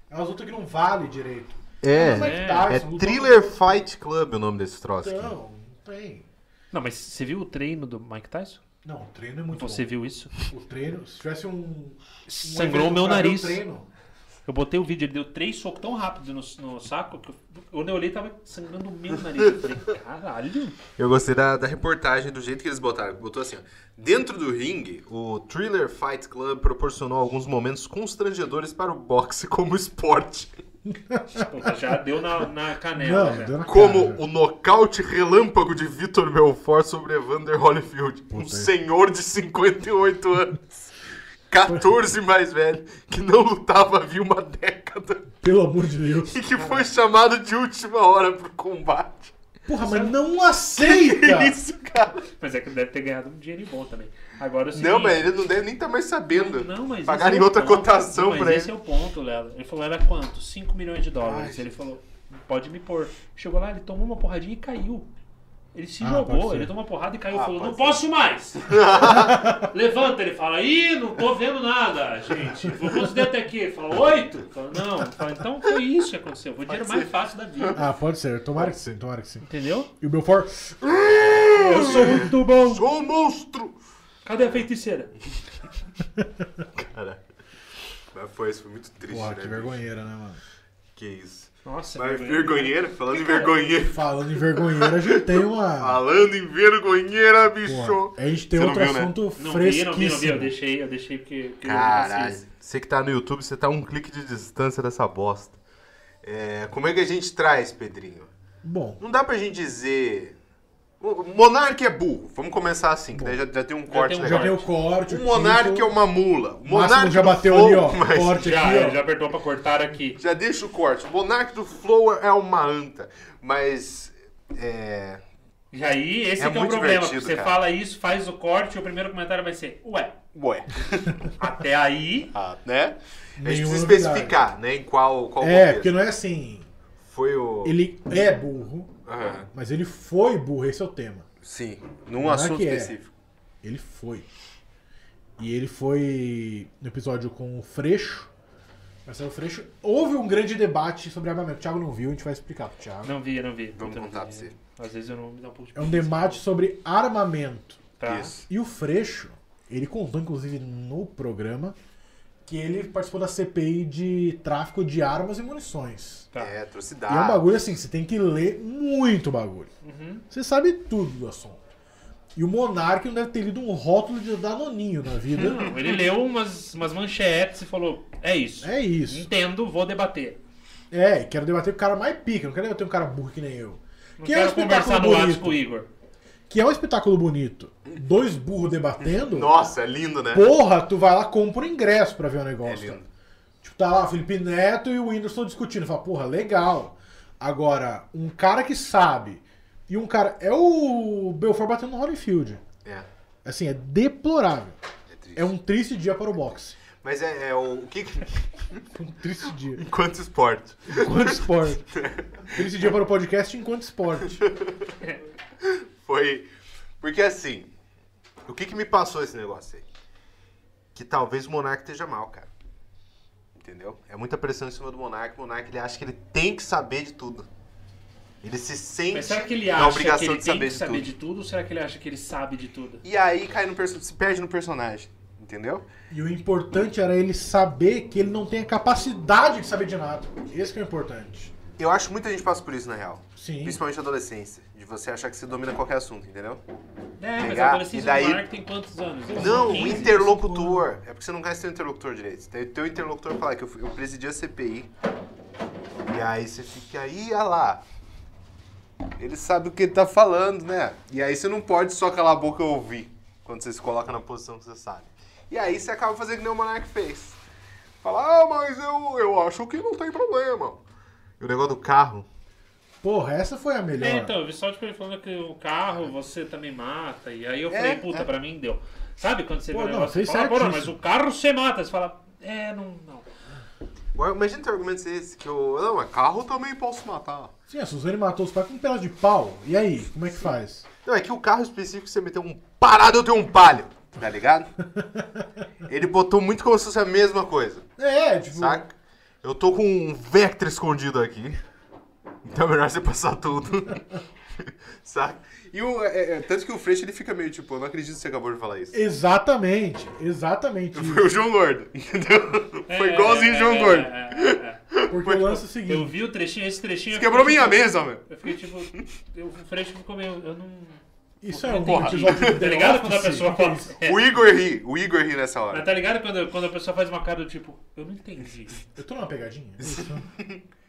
É umas lutas que não vale direito. É, Mas Mike é Tyson, é lutou Thriller Fight Club o nome desse troço. contra- aqui. Então, Não, não tem. Não, mas você viu o treino do Mike Tyson? Não, o treino é muito Você bom. viu isso? O treino, se tivesse um... um Sangrou o evento meu pra ver nariz. treino, Eu botei o vídeo, ele deu três socos tão rápido no, no saco que eu, quando eu olhei tava sangrando o meu nariz. Eu falei, caralho. Eu gostei da, da reportagem, do jeito que eles botaram. Botou assim, ó. Dentro do ringue, o Thriller Fight Club proporcionou alguns momentos constrangedores para o boxe como esporte. Pô, Tipo, já deu na, na canela. não, né? já. deu na Como cara. o nocaute relâmpago de Vitor Belfort sobre Evander Holyfield, um senhor de 58 anos, 14 mais velho, que não lutava havia uma década Pelo amor de Deus. e que foi chamado de última hora pro combate. Porra, mas não aceita! Que isso, cara? Mas é que deve ter ganhado um dinheiro bom também. Agora é o Não, seguinte- mas ele não deve nem estar mais sabendo. Não, mas Pagaram esse em é o outra ponto. cotação Não, pra Mas esse ele. é o ponto, Léo. Ele falou, era quanto? 5 milhões de dólares. ele falou, pode me pôr. Chegou lá, ele tomou uma porradinha e caiu. Ele se Ah, pode jogou, ser. ele tomou uma porrada e caiu. Ah, falou, pode não ser. posso mais. Levanta, ele fala, ih, não tô vendo nada, gente. Vou conseguir até aqui. Ele fala, oito? Ele Fala, não. Ele Fala, então foi isso que aconteceu. Foi o dinheiro mais fácil da vida. Ah, pode ser. Tomara que sim, tomara que sim. Entendeu? E o Belfort... Eu sou muito bom. Sou um monstro! Cadê a feiticeira? Cara, mas foi isso, foi muito triste, Porra, né? que bicho? vergonheira, né, mano? Que isso. Nossa, Mas vergonha. vergonheira, falando em vergonheira. Falando em vergonheira, a gente tem uma... Falando em vergonheira, bicho! Porra, a gente tem Você não outro viu, né? assunto Não vi, fresquíssimo. não vi, não vi. Eu deixei, eu deixei porque... porque eu não Caralho, sei. você que tá no YouTube, você tá um clique de distância dessa bosta. É, como é que a gente traz, Pedrinho? Bom, Não dá pra gente dizer. O Monark é burro. Vamos começar assim, que daí já, já tem um corte tem um já legal. tem o corte. O Monark é título. uma mula. O Monark Máximo já do bateu Flow, ali, ó. mas- Corte Já, aqui, ó. ele já apertou pra cortar aqui. Já deixa o corte. O Monark do Flow é uma anta. Mas. É. E aí, esse É é, que é o muito problema. divertido, Você cara. fala isso, faz o corte, e o primeiro comentário vai ser, ué, Ué. até aí. Ah, né? A gente Nenhuma precisa novidade. especificar, né? Em qual. qual É, contexto. porque não é assim. Foi o. Ele é burro, Aham. mas ele foi burro, esse é o tema. Sim, num Monark assunto é. específico. Ele foi. E ele foi no episódio com o Freixo. Marcelo Freixo. Houve um grande debate sobre armamento. O Thiago não viu, a gente vai explicar pro Thiago. Não vi, não vi. Vamos Puta, não contar vi. pra você. Às vezes eu não me dá um pouco de É um debate sobre armamento. Tá. Isso. E o Freixo, ele contou, inclusive, no programa, que ele participou da CPI de tráfico de armas e munições. Tá. É, E atrocidade. é um bagulho assim, você tem que ler muito bagulho. Você sabe tudo do assunto. E o Monark não deve ter lido um rótulo de Danoninho na vida. Não, ele leu umas, umas manchetes e falou, é isso. é isso. Entendo, vou debater. É, e quero debater com o cara mais pica, não quero debater com um cara burro que nem eu. Não que é um quero espetáculo conversar no WhatsApp bonito. com o Igor. Que é um espetáculo bonito. Dois burros debatendo. Nossa, é lindo, né? Porra, tu vai lá, compra o ingresso pra ver o negócio. É cara. lindo. tipo, tá lá o Felipe Neto e o Whindersson discutindo. Fala, porra, legal. Agora, um cara que sabe e um cara. É o Belfort batendo no Holyfield. É, Assim, é deplorável. é triste. É um triste dia para o boxe. Mas é, é o, o que que... Um triste dia. Enquanto esporte. Enquanto esporte. Triste dia para o podcast enquanto esporte. Foi... Porque assim, o que que me passou esse negócio aí? Que talvez o Monark esteja mal, cara. Entendeu? É muita pressão em cima do Monark. O Monark, ele acha que ele tem que saber de tudo. Ele se sente Mas será que ele na acha que obrigação ele de tem saber que de saber tudo. de tudo ou será que ele acha que ele sabe de tudo? E aí cai no perso- se perde no personagem, entendeu? E o importante era ele saber que ele não tem a capacidade de saber de nada. Esse que é o importante. Eu acho que muita gente passa por isso, na real. Sim. Principalmente na adolescência. De você achar que você domina qualquer assunto, entendeu? É, mas Pegar, a adolescência e daí- do Monark tem quantos anos? Não, o 15? interlocutor. É porque você não conhece teu interlocutor direito. Tem teu interlocutor falar que eu, fui- eu presidi a CPI. E aí você fica aí, ah lá. Ele sabe o que ele tá falando, né? E aí você não pode só calar a boca e ouvir quando você se coloca na posição que você sabe. E aí você acaba fazendo que nem o Monark fez. Fala, ah, mas eu, eu acho que não tem problema. E o negócio do carro. Porra, essa foi a melhor. É, então, eu vi só tipo, ele falando que o carro você também mata. E aí eu falei, É, puta, é. pra mim deu. Sabe quando você Pô, vê o não, negócio e fez fala, pô, não, mas certíssimo. o carro você mata. Você fala, é, não, não. Agora, Imagina ter argumento esse que eu. Não, é carro eu também posso matar. Sim, a Suzane matou os pais com um pedaço de pau. E aí, como é que faz? Não, é que o carro específico você meteu um parado, eu tenho um palio, tá ligado? Ele botou muito como se fosse a mesma coisa, É, tipo. saca? Eu tô com um Vectra escondido aqui. Então é melhor você passar tudo. saca? E o, é- é- tanto que o Freixo ele fica meio tipo, eu não acredito que você acabou de falar isso. Exatamente, exatamente. Foi o João Gordo, entendeu? Foi É, igualzinho o é, João é, Gordo. é, é, é. Porque o lance é o Eu seguinte. vi o trechinho, esse trechinho. Você eu quebrou fiquei, minha tipo, mesa, meu. Eu fiquei tipo, eu, o Freixo ficou meio. Eu não. Isso é um Porra. episódio de Tá The ligado quando a Office? pessoa fala. É, O Igor ri, o Igor ri nessa hora. mas tá ligado quando, quando a pessoa faz uma cara do tipo, eu não entendi. Eu tô numa pegadinha?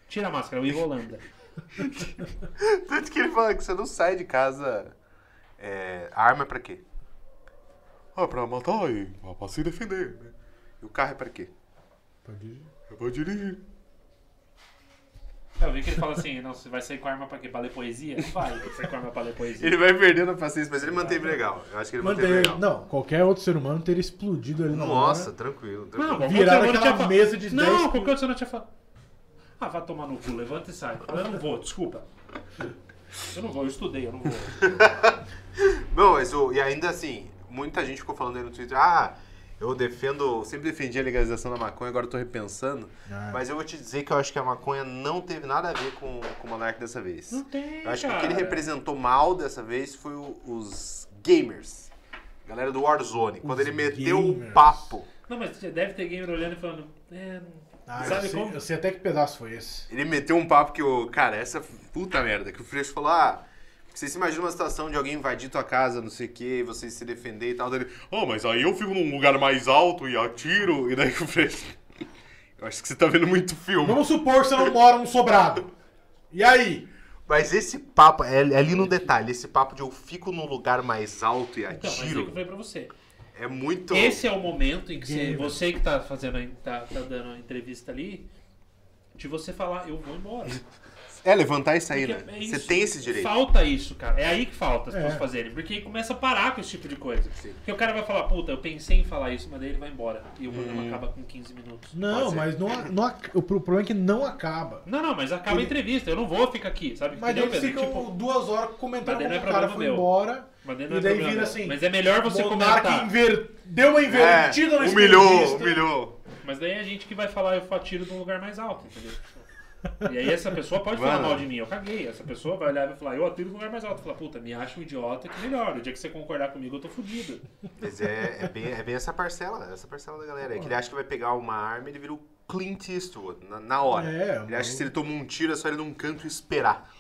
Tira a máscara, o Ivo Holanda. Tanto que ele fala que você não sai de casa. É, a arma é pra quê? Ah, pra matar e pra se defender, né? E o carro é pra quê? Pode- É pra dirigir. Eu vi que ele fala assim, não, você vai sair com a arma pra quê? Pra ler poesia? Vai, vai sair com a arma pra ler poesia. Ele vai perdendo a paciência, mas ele manteve legal. Eu acho que ele manteve, Manteve- legal. Não, qualquer outro ser humano teria explodido ali na Nossa, hora. tranquilo. Não, tranquilo. qualquer Viraram outro aquela tinha fa- mesa de Não, 10. qualquer outro não tinha falado. Ah, vai tomar no cu, levanta e sai. Fala, Eu não vou, desculpa. Eu não vou, eu estudei, eu não vou. Não, mas o, e ainda assim, muita gente ficou falando aí no Twitter, ah, eu defendo, sempre defendi a legalização da maconha, agora eu tô repensando. Ah. Mas eu vou te dizer que eu acho que a maconha não teve nada a ver com, com o Monark dessa vez. Não tem, Eu acho que o cara. que ele representou mal dessa vez foi o- os gamers. Galera do Warzone. Quando Os ele meteu o gamers. papo. Não, mas deve ter gamer olhando e falando, é... Ah, eu, sabe sei, como? eu sei até que pedaço foi esse. Ele meteu um papo que o. Cara, essa puta merda. Que o Freixo falou: ah, vocês se imaginam uma situação de alguém invadir tua casa, não sei o quê, e vocês se defender e tal. Daí ele. Oh, mas aí eu fico num lugar mais alto e atiro. E daí o Freixo. Eu acho que você tá vendo muito filme. Vamos supor que você não mora num sobrado. E aí? Mas esse papo, é, é ali no detalhe, esse papo de eu fico num lugar mais alto e Então, mas é o que eu atiro. falei pra você. é muito. Esse é o momento em que você, Gamer. você que tá fazendo, a- tá, tá dando a entrevista ali, de você falar, eu vou embora. É, levantar e sair, Porque né? é Você isso. tem esse direito. Falta isso, cara. É aí que falta as É. pessoas fazerem. Porque aí começa a parar com esse tipo de coisa. Sim. Porque o cara vai falar, puta, eu pensei em falar isso, mas daí ele vai embora. E o programa Hum. acaba com 15 minutos. Não, Pode ser. mas não, a- não a- o pro- problema é que não acaba. Não, não, mas acaba a entrevista. Eu não vou ficar aqui, sabe? Mas Entendeu, daí Pedro? ficam Tipo, duas horas comentando Mas como daí não é o cara problema foi meu. embora. mas daí não E é daí problema. vira assim. Mas é melhor você Monark comentar. inver- deu uma invertida na É. humilhou, entrevista. humilhou. Mas daí é a gente que vai falar, eu fatiro de um lugar mais alto, entendeu? E aí essa pessoa pode falar Mano. mal de mim, eu caguei. Essa pessoa vai olhar e vai falar, eu atiro de um lugar mais alto. Fala, puta, me acha um idiota que melhor. O dia que você concordar comigo, eu tô fudido. Mas é, é, bem, é bem essa parcela, essa parcela da galera. É que ele acha que vai pegar uma arma e ele vira o Clint Eastwood na, na hora. É, ele mano. acha que se ele toma um tiro é só ele num canto e esperar.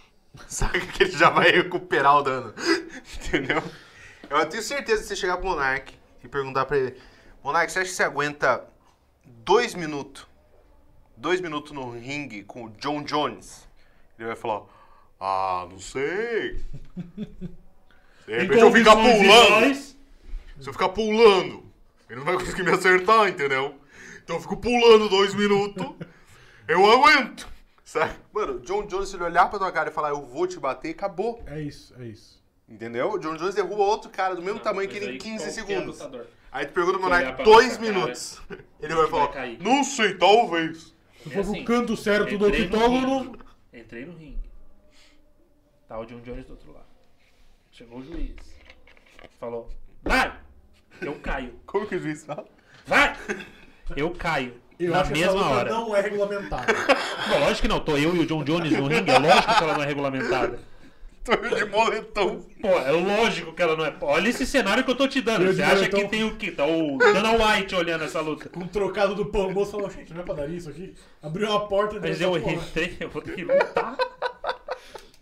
Saca que ele já vai recuperar o dano. Entendeu? Eu tenho certeza que você chegar pro Monark e perguntar pra ele: Monark, você acha que você aguenta dois minutos dois minutos no ringue com o John Jones, ele vai falar: Ah, não sei. De repente eu ficar Condições pulando. iguais. Se eu ficar pulando, ele não vai conseguir me acertar, entendeu? Então eu fico pulando dois minutos, eu aguento. Sabe? Mano, John Jones, se ele olhar pra tua cara e falar, eu vou te bater, acabou. É isso, é isso. Entendeu? O John Jones derruba outro cara do mesmo tamanho que Mas ele em aí 15 qualquer segundos. lutador. Aí tu pergunta pro olhar Monark, pra dois nossa cara, minutos. ele vai falar, cair. não sei, talvez. Se for É pro assim, canto certo do entrei no octógono. ringue. Entrei no ringue. Tá o John Jones do outro lado. Chegou o juiz. Falou: Vai! Eu caio. Como que o juiz fala? Vai! Eu caio. Eu na acho que essa mesma luta hora. não é regulamentada. Não, lógico que não. Tô eu e o John Jones no ringue. É lógico que ela não é regulamentada. Tô eu de moletom. Pô, é lógico que ela não é. Olha esse cenário que eu tô te dando. Eu Você digo, acha então- que tem o quê? Tá o Dana White olhando essa luta. Com um trocado do pão moço falou, gente, não é padaria isso aqui? Abriu uma porta e deu Mas essa eu porra. entrei, eu vou tá? ter que lutar.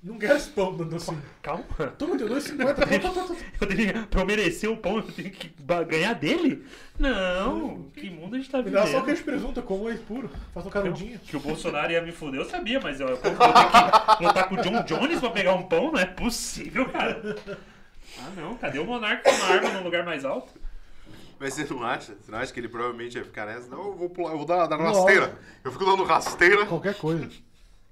Não quero esse pão dando assim. Calma. Toma, deu 2,50. tá, tá, tá, tá. Eu tenho que, pra eu merecer o pão, eu tenho que ba- ganhar dele? Não, que mundo a gente tá Me vivendo. dá só o queijo e presunto, eu como é puro. Faça um canudinho. Que o Bolsonaro ia me foder, eu sabia, mas eu, eu vou ter que lutar com o John Jones pra pegar um pão? Não é possível, cara. Ah, não, cadê o Monarca com uma arma num lugar mais alto? Mas você não acha? Você não acha que ele provavelmente ia ficar nessa? Não, eu vou pular, eu vou dar, dar Não. rasteira. Eu fico dando rasteira. Qualquer coisa.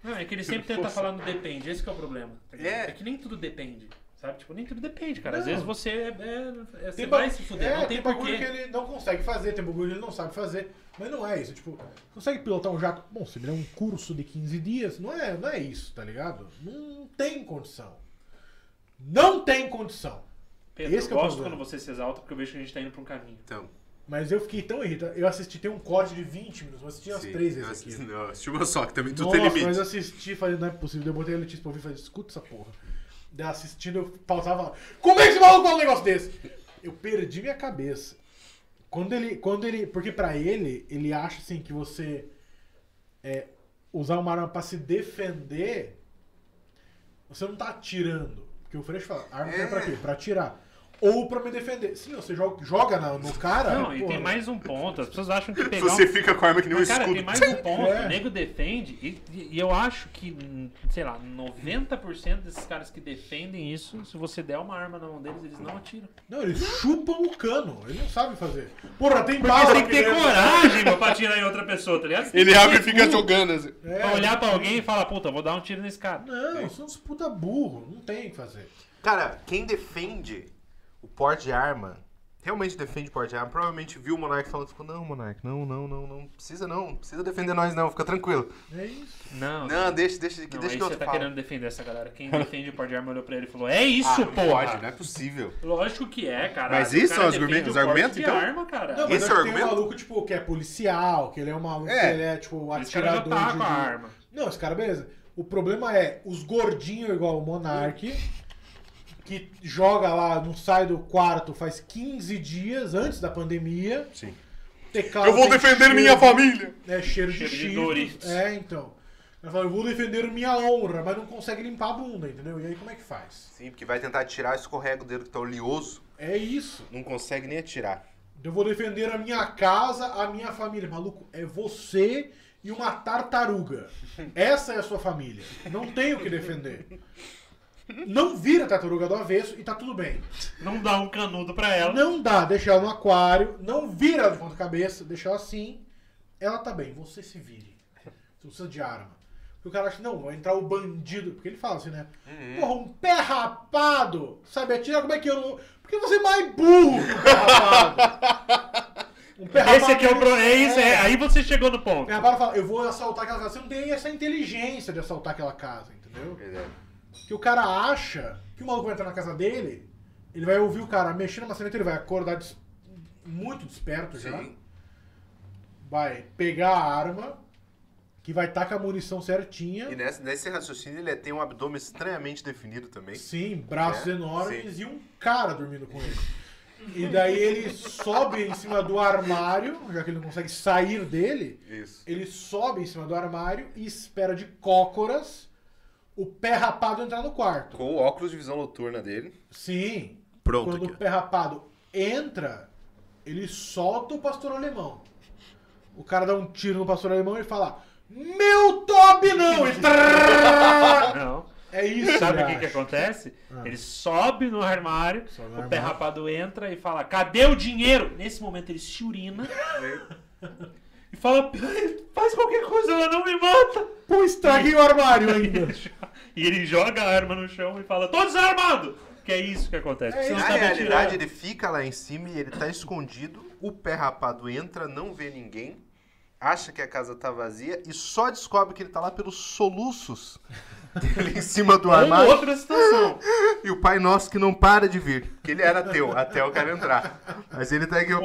Não, é que ele sempre tenta falar no depende, esse que é o problema. tá ligado? É. É que nem tudo depende, sabe? Tipo, nem tudo depende, cara. Às Não. vezes você, é, é- é- você ba- vai se fuder, é, não tem, porquê. bagulho que ele não consegue fazer, tem bagulho que ele não sabe fazer. Mas não é isso, tipo, consegue pilotar um jato. Bom, se virar um curso de 15 dias, não é, não é isso, tá ligado? Não tem condição. Não tem condição. Pedro, Esse que eu é o gosto problema. quando você se exalta porque eu vejo que a gente tá indo pra um caminho. Então, Mas eu fiquei tão irritado. Eu assisti, tem um corte de 20 minutos, eu assisti umas sim, três eu vezes aqui. assisti- né? não, eu assisti uma só, que também tudo Nossa, tem limite. mas eu assisti, falei, não é possível. Eu botei a Letícia pra ouvir e falei, escuta essa porra. Daí assistindo, eu pausava como é que esse maluco fala um negócio desse? Eu perdi minha cabeça. Quando ele, quando ele, porque pra ele, ele acha assim que você é, usar uma arma pra se defender, você não tá atirando. Porque o Freixo fala, arma é. pra quê? Pra atirar. Ou pra me defender. Sim, você joga, joga na- no cara. Não, e porra. tem mais um ponto. As pessoas acham que pegar Você um... fica com a arma que nem um Mas, cara, escudo. tem mais um ponto. É. O nego defende e, e eu acho que, sei lá, 90% desses caras que defendem isso, se você der uma arma na mão deles, eles não atiram. Não, eles chupam o cano. Ele não sabe fazer. Porra, tem bala. Você tem que aqui ter dentro. coragem meu, pra atirar em outra pessoa, tá ligado? Você tem Ele que ter abre e fica cu jogando assim. É. Pra olhar pra alguém e falar, puta, vou dar um tiro nesse cara. Não, são uns puta burro, não tem o que fazer. Cara, quem defende o porte de arma, realmente defende o porte de arma, provavelmente viu o Monark falando, ficou, não, Monark, não, não, não, não, precisa não, não precisa defender nós não, fica tranquilo. É isso. Não, não, Não, deixa, deixa, que não deixa aí que eu você falo. tá querendo defender essa galera. Quem defende o par de arma olhou pra ele e falou, é isso, Ah, não porra. pode, não é possível. Lógico que é, cara. Mas isso O cara são os defende argumentos- o os porte argumentos, de então? arma, cara. Não, mas Esse eu acho que tem um argumento- maluco, tipo, que é policial, que ele é um maluco, É. que ele é, tipo, Esse cara já atirador tá de... com a arma. Não, esse cara, beleza. O problema é os gordinhos igual o Monark, que joga lá, não sai do quarto faz 15 dias antes da pandemia. Sim. teclado eu vou tem defender cheiro- minha família! É, cheiro de Cheiro de Cheetos. Doritos. É, então. Ela fala, eu vou defender minha honra, mas não consegue limpar a bunda, entendeu? E aí como é que faz? Sim, porque vai tentar tirar, escorrega o dedo que tá oleoso, É isso. não consegue nem atirar. Eu vou defender a minha casa, a minha família. Maluco, é você e uma tartaruga. Essa é a sua família. Não tem o que defender. Não vira tartaruga do avesso e tá tudo bem. Não dá um canudo pra ela. Não dá deixar ela no aquário, não vira ela de ponta cabeça, deixar ela assim. Ela tá bem, você se vire. Você não precisa de arma. Porque o cara acha, não, vai entrar o bandido. Porque ele fala assim, né? Uhum. Porra, um pé rapado, sabe atirar? Como é que eu não... Por que você é mais burro que um pé rapado? Um pé Esse aqui é o pro... É isso, é. É, Aí você chegou no o ponto. pé rapado fala, eu vou assaltar aquela casa. Você não tem essa inteligência de assaltar aquela casa, entendeu? É. que o cara acha que o maluco vai entrar na casa dele, ele vai ouvir o cara mexer na maçaneta, ele vai acordar des- muito desperto já, Sim. vai pegar a arma, que vai estar com a munição certinha, E nessa- nesse raciocínio ele tem um abdômen estranhamente definido também. sim, braços É, enormes e um cara dormindo com ele. E daí ele sobe em cima do armário, já que ele não consegue sair dele, Isso. ele sobe em cima do armário e espera de cócoras o pé rapado entrar no quarto. Com o óculos de visão noturna dele. Sim, Pronto Quando o aqui. pé rapado entra, ele solta o pastor alemão. O cara dá um tiro no pastor alemão e fala: Meu top não! E trrr. Não. é isso, Sabe o que, Yash. que acontece? Ah. Ele sobe no armário, Sobe no o armário. pé rapado entra e fala: Cadê o dinheiro? Nesse momento ele se urina e fala: Faz qualquer coisa, ela não me mata. Pô, estraguei o armário ainda. E ele joga a arma no chão e fala: Tô desarmado! Que é isso que acontece. porque você não Na sabe atirar. realidade, ele fica lá em cima e ele tá escondido. O pé rapado entra, não vê ninguém, acha que a casa tá vazia e só descobre que ele tá lá pelos soluços dele em cima do Ou armário. outra situação. E o pai nosso que não para de vir. Porque ele era teu, até o cara entrar. Mas ele tá aqui. Ou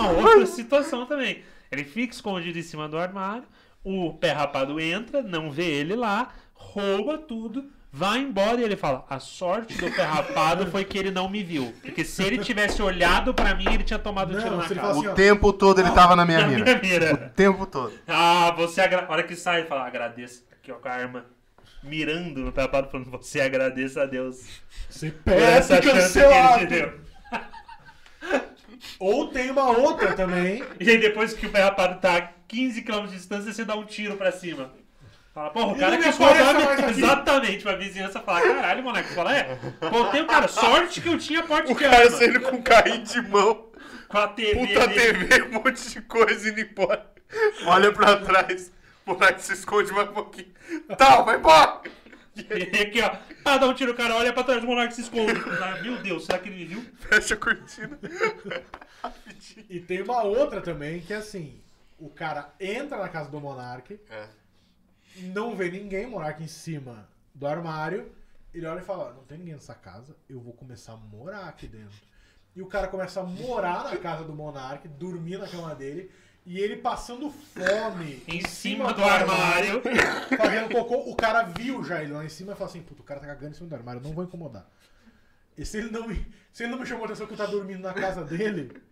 uma outra situação também. Ele fica escondido em cima do armário, o pé rapado entra, não vê ele lá, rouba tudo, vai embora e ele fala: A sorte do pé rapado foi que ele não me viu. Porque se ele tivesse olhado pra mim, ele tinha tomado um Não, tiro na se ele cara. falasse- O tempo todo ele tava na minha Na minha mira. O mira. tempo todo. Ah, você agra... A hora que sai, fala: Agradeço. Aqui, ó, com a arma. Mirando no pé rapado, falando: Você agradeça a Deus Você por perde essa chance que ele te cancelado. deu. Ou tem uma outra também. E aí depois que o pé rapado tá a 15 km de distância, você dá um tiro pra cima. Fala, porra, o E cara não que me apareça escolheu- mais aqui. Exatamente, pra vizinhança falar, caralho, moleque, fala, é, botei o cara, sorte que eu tinha porte O de cara arma. saindo um com carrinho de mão, Com a TV puta dele. TV, um monte de coisa indo embora. Olha pra trás, o moleque se esconde mais um pouquinho. Tá, vai embora! E aqui, ó, ah, dá um tiro, o cara olha pra trás, o moleque se esconde. Ah, Meu Deus, será que ele me viu? Fecha a cortina. E tem uma outra também que é assim: o cara entra na casa do Monark, não vê ninguém, o Monark em cima do armário. Ele olha e fala: Não tem ninguém nessa casa, eu vou começar a morar aqui dentro. E o cara começa a morar na casa do Monark, dormir na cama dele. E ele passando fome Em cima do armário. fazendo cocô. O cara viu já ele lá em cima e falou assim: Puta, o cara tá cagando em cima do armário, eu não vou incomodar. E se ele não me, se ele não me chamou a atenção que eu tava dormindo na casa dele,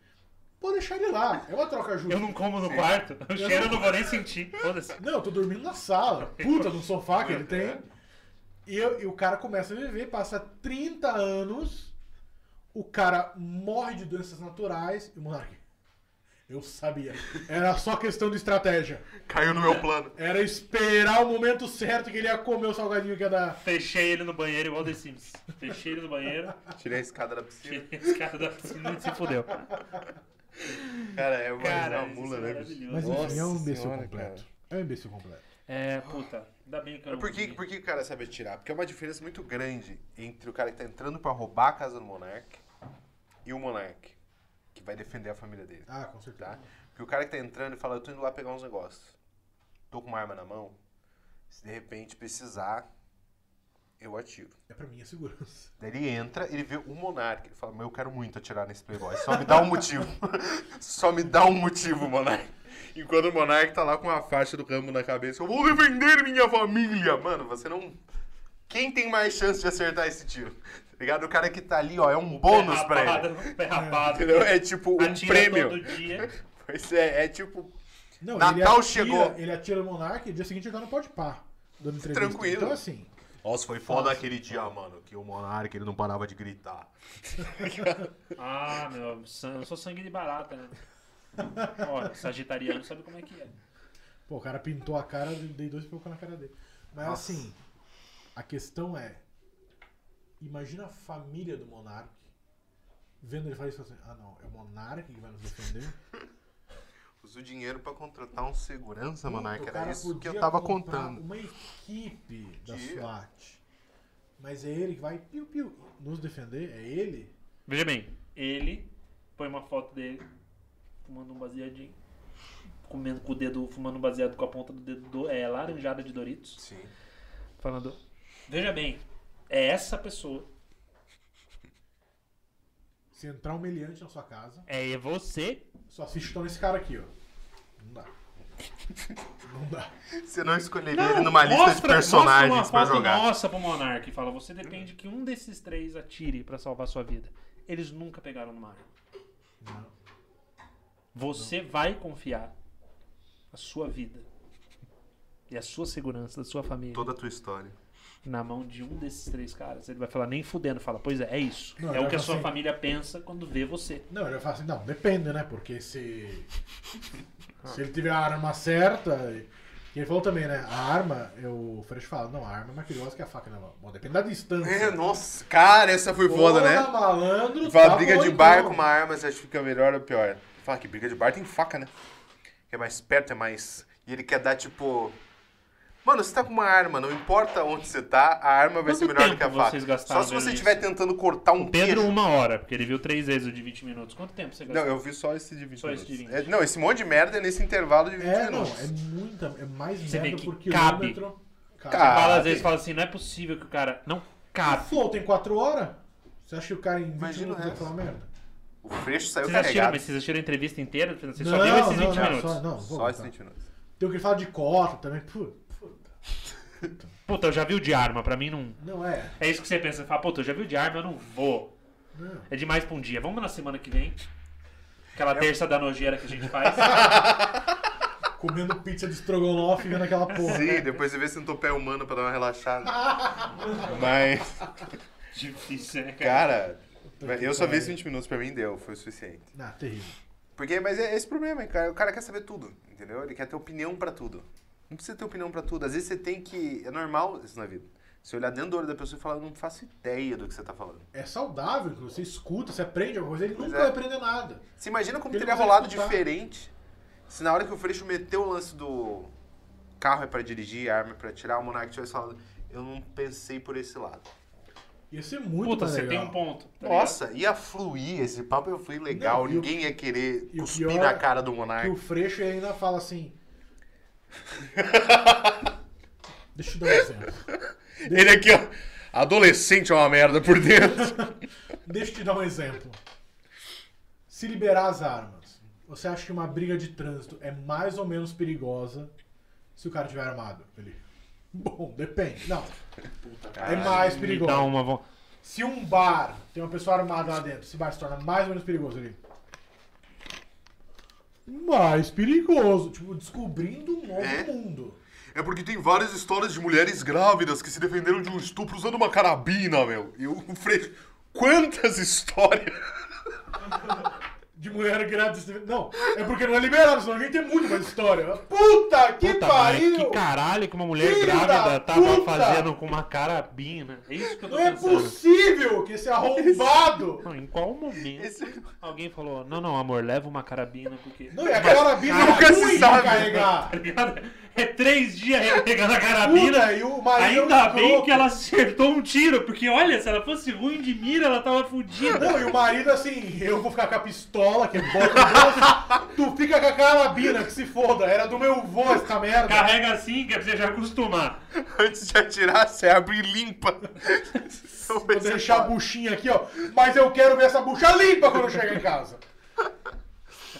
vou deixar ele lá. É uma troca justa. Eu não como no quarto, o cheiro eu não vou nem sentir. Foda-se. Não, eu tô dormindo na sala. Puta, no sofá É. que ele tem. E, eu- e o cara começa a viver, passa 30 anos, o cara morre de doenças naturais e o monarca. Eu sabia. Era só questão de estratégia. Caiu no meu plano. Era esperar o momento certo que ele ia comer o salgadinho que ia dar. Fechei ele no banheiro igual The Sims. Fechei ele no banheiro, Tirei a escada da piscina. esse cara da piscina e se fudeu. Cara, é mais Cara, uma mula, isso né, é bicho? maravilhoso. Mas enfim, é um Nossa imbecil senhora, completo. cara. É um imbecil completo. É, puta, ainda bem que eu não Por que, consegui. por que o cara sabe atirar? Porque é uma diferença muito grande entre o cara que tá entrando pra roubar a casa do Monark e o Monark, que vai defender a família dele, Ah, com certeza. tá? Porque o cara que tá entrando e fala, eu tô indo lá pegar uns negócios. Tô com uma arma na mão. Se de repente precisar, eu atiro. É pra minha segurança. Daí ele entra, ele vê o Monark. Ele fala, mas eu quero muito atirar nesse Playboy. Só me dá um motivo. Só me dá um motivo, Monark. Enquanto o Monark tá lá com a faixa do Rambo na cabeça. Eu vou defender minha família. Mano, você não... Quem tem mais chance de acertar esse tiro? Tá ligado? O cara que tá ali, ó, é um bônus pra ele. Ferrapado, ferrapado. Entendeu? É tipo um Atira prêmio. todo dia. Pois é, é tipo... Não, Natal atira- chegou. Ele atira o monarca e dia seguinte ele tá no pó de pá. dando entrevista. Tranquilo. Então assim. Nossa, foi foda aquele dia, mano, que o Monark ele não parava de gritar. Ah, meu, san- eu sou sangue de barata, né? Olha, sagitariano sabe como é que é. Pô, o cara pintou a cara, eu dei dois pipocos na cara dele. Mas Nossa. assim, a questão é. Imagina a família do Monark vendo ele falar isso e falar assim: ah não, é o Monark que vai nos defender. Usa o dinheiro pra contratar um segurança, Monark. Puta, o Era cara isso que eu podia tava comprar contando. Uma equipe da Podia. SWAT. Mas é ele que vai piu piu nos defender, é ele? Veja bem, ele põe uma foto dele fumando um baseadinho. Comendo com o dedo, fumando um baseado com a ponta do dedo do, é, laranjada de Doritos. Sim. Falando. Veja bem, é essa pessoa. Se entrar um meliante na sua casa, É você. só se chutar nesse cara aqui, ó. Não dá. Não dá. Você um- não escolheria tá ele numa lista de mostra uma personagens pra foto jogar. Nossa, pro Monark e fala: você depende que um desses três atire pra salvar sua vida. Eles nunca pegaram no mar. Não. Você vai confiar a sua vida e a sua segurança da sua família Toda a tua história. na mão de um desses três caras. Ele vai falar nem fudendo, fala: pois é, é isso. Não, é o não, que a sua assim- família pensa quando vê você. Não, ele vai falar assim, não, depende, né? Porque se. Se ele tiver a arma certa, e- E ele falou também, né? A arma, eu, o Fresh fala, não, a arma é mais perigosa que a faca, né? mano? Bom, depende da distância. É, nossa, cara, essa foi foda, Porra, né? malandro. Fala tá briga de bom, bar então. com uma arma, você acha que fica melhor ou pior? Fala que briga de bar tem faca, né? Que é mais perto, é mais. E ele quer dar tipo. Mano, você tá com uma arma, não importa onde você tá, a arma vai Quanto ser melhor tempo do que a faca. vocês gastaram Só se você vendo estiver tentando cortar um Pedro, queijo. uma hora, porque ele viu três vezes o de 20 minutos. Quanto tempo você gastou? Não, eu vi só esse de 20 Só esse minutos. de 20. É, não, esse monte de merda é nesse intervalo de 20 É, não, minutos. é muita. É mais Você vê merda que por cabe. quilômetro. Cabe. Fala, Ah, às vezes tem. fala assim, não é possível que o cara não cabe. Flow tem 4 horas? Você acha que o cara em 20 Imagina minutos o vai falar merda? O freixo saiu Vocês assistiram, carregado. mas vocês assistiram a entrevista inteira? Você só viu esses 20 não, minutos. Só, não, vou Só botar. esses 20 minutos. Tem o que ele fala de cota também. Pu- puta. Puta, eu já vi o de arma, pra mim não. Não é. É isso que você pensa, você fala, puta, eu já vi o de arma, eu não vou. Não. É demais pra um dia. Vamos na semana que vem. Aquela terça da nojeira que a gente faz. Comendo pizza de estrogonofe e vendo aquela porra. Sim, depois você vê se não tô pé humano pra dar uma relaxada. Mas, Difícil, né, cara? cara, eu só vi esses 20 minutos pra mim deu, foi o suficiente. Ah, terrível. Porque, mas é esse o problema, cara. O cara quer saber tudo, entendeu? Ele quer ter opinião pra tudo. Não precisa ter opinião pra tudo. Às vezes você tem que. É normal isso na vida. Você olhar dentro do olho da pessoa e falar, eu não faço ideia do que você tá falando. É saudável, que você escuta, você aprende alguma coisa, ele nunca é. vai aprender nada. Você imagina como Ele teria não vai rolado escutar. diferente se na hora que o Freixo meteu o lance do carro é pra dirigir, a arma é pra tirar, o Monark tivesse falado, eu não pensei por esse lado. Tá Ia ser muito Puta, mais você tem legal. um ponto. tá ligado? Nossa, ia fluir, esse papo ia fluir legal, Não, e o- ninguém ia querer e o cuspir pior na cara do Que Monark. o Freixo ainda fala assim. Deixa eu dar um exemplo. Ele aqui, ó, adolescente é uma merda por dentro. Deixa eu te dar um exemplo. Se liberar as armas, você acha que uma briga de trânsito é mais ou menos perigosa se o cara tiver armado? Ele. Bom, depende. Não. é mais Me perigosa. dá uma vo- Se um bar tem uma pessoa armada lá dentro, esse bar se torna mais ou menos perigoso ali. Mais perigoso. Tipo, descobrindo um novo É? mundo. É porque tem várias histórias de mulheres grávidas que se defenderam de um estupro usando uma carabina, meu. E o Freixo, quantas histórias... De mulher grátis. Não, é porque não é liberado, senão alguém tem muito mais história. Puta que Puta, mas pariu! que caralho que uma mulher Filho da grávida tava puta! fazendo com uma carabina. É isso que eu tô Não é pensando. possível que esse arrombado. Não, em qual momento alguém falou, não, não, amor, leva uma carabina, porque... Não, e a carabina é Nunca se ruim de sabe. carregar. Tá ligado? É três dias recarregando a Puta, carabina. e o marido é um Ainda bem escroto. que ela acertou um tiro, porque olha, se ela fosse ruim de mira, ela tava fudida. Não, e o marido assim, eu vou ficar com a pistola, que bota no bolso, tu fica com a carabina, que se foda, era do meu vô essa merda. Carrega assim, que é pra você já acostumar. Antes de atirar, você abre e limpa. Então, é Vou Vou deixar a buchinha aqui, ó, mas eu quero ver essa bucha limpa quando eu chegar em casa.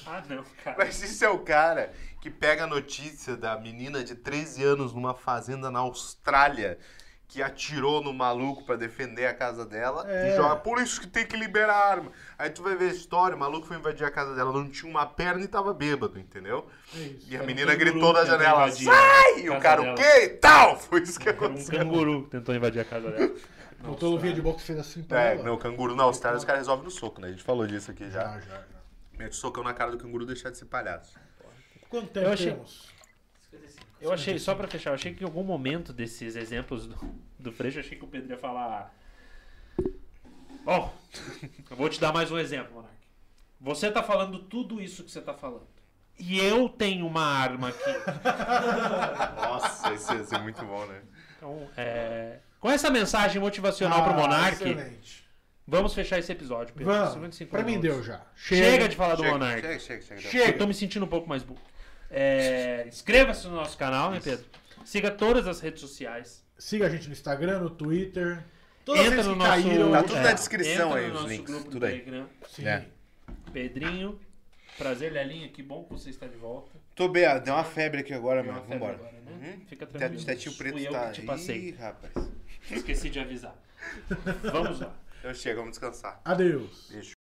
Ah, não, cara. Mas isso é o cara que pega a notícia da menina de 13 anos numa fazenda na Austrália que atirou no maluco pra defender a casa dela É. e joga. Por isso que tem que liberar a arma. Aí tu vai ver a história, o maluco foi invadir a casa dela, não tinha uma perna e tava bêbado, entendeu? É isso. E a Era um menina canguru gritou da que entrou janela, invadindo sai! a E o casa cara, o dela. quê? E tal! Foi isso que Era um aconteceu. canguru que tentou invadir a casa dela. Botou no via de box fez assim pra É, ela. não, canguru na Austrália os caras resolvem no soco, né? A gente falou disso aqui já. Ah, Já, já, já. Mete o socão na cara do canguru e deixar de ser palhaço. Quanto tempo Eu achei- temos? Eu achei, só pra fechar, eu achei que em algum momento desses exemplos do, do Freixo, eu achei que o Pedro ia falar. Bom, eu vou te dar mais um exemplo, Monark. Você tá falando tudo isso que você tá falando. E eu tenho uma arma aqui. Nossa, isso ia ser muito bom, né? Então, é, com essa mensagem motivacional pro Ah, Monark, Excelente. vamos fechar esse episódio, Pedro. Vamos, 55 pra mim minutos. deu já. Chega, de falar do Chega, Monark. Chega, chega, chega. Chega. Eu tô me sentindo um pouco mais burro. É, Inscreva-se no nosso canal, né, Pedro? Siga todas as redes sociais. Siga a gente no Instagram, no Twitter. Todas Entra as no que nosso- caíram. Tá tudo É. na descrição Entra aí, no os nosso links. grupo Tudo do aí. Telegram. Sim. É. Pedrinho, prazer, Lelinha, que bom que você está de volta. Tô bem, ah, deu uma febre aqui agora, Deu uma mano. febre Ah, Vambora. agora, né? Uhum. Fica tranquilo. Tete- Tetinho Fui preto eu tá que te aí, passei. rapaz. Esqueci de avisar. Vamos lá. Eu chego, vamos descansar. Adeus. Beijo.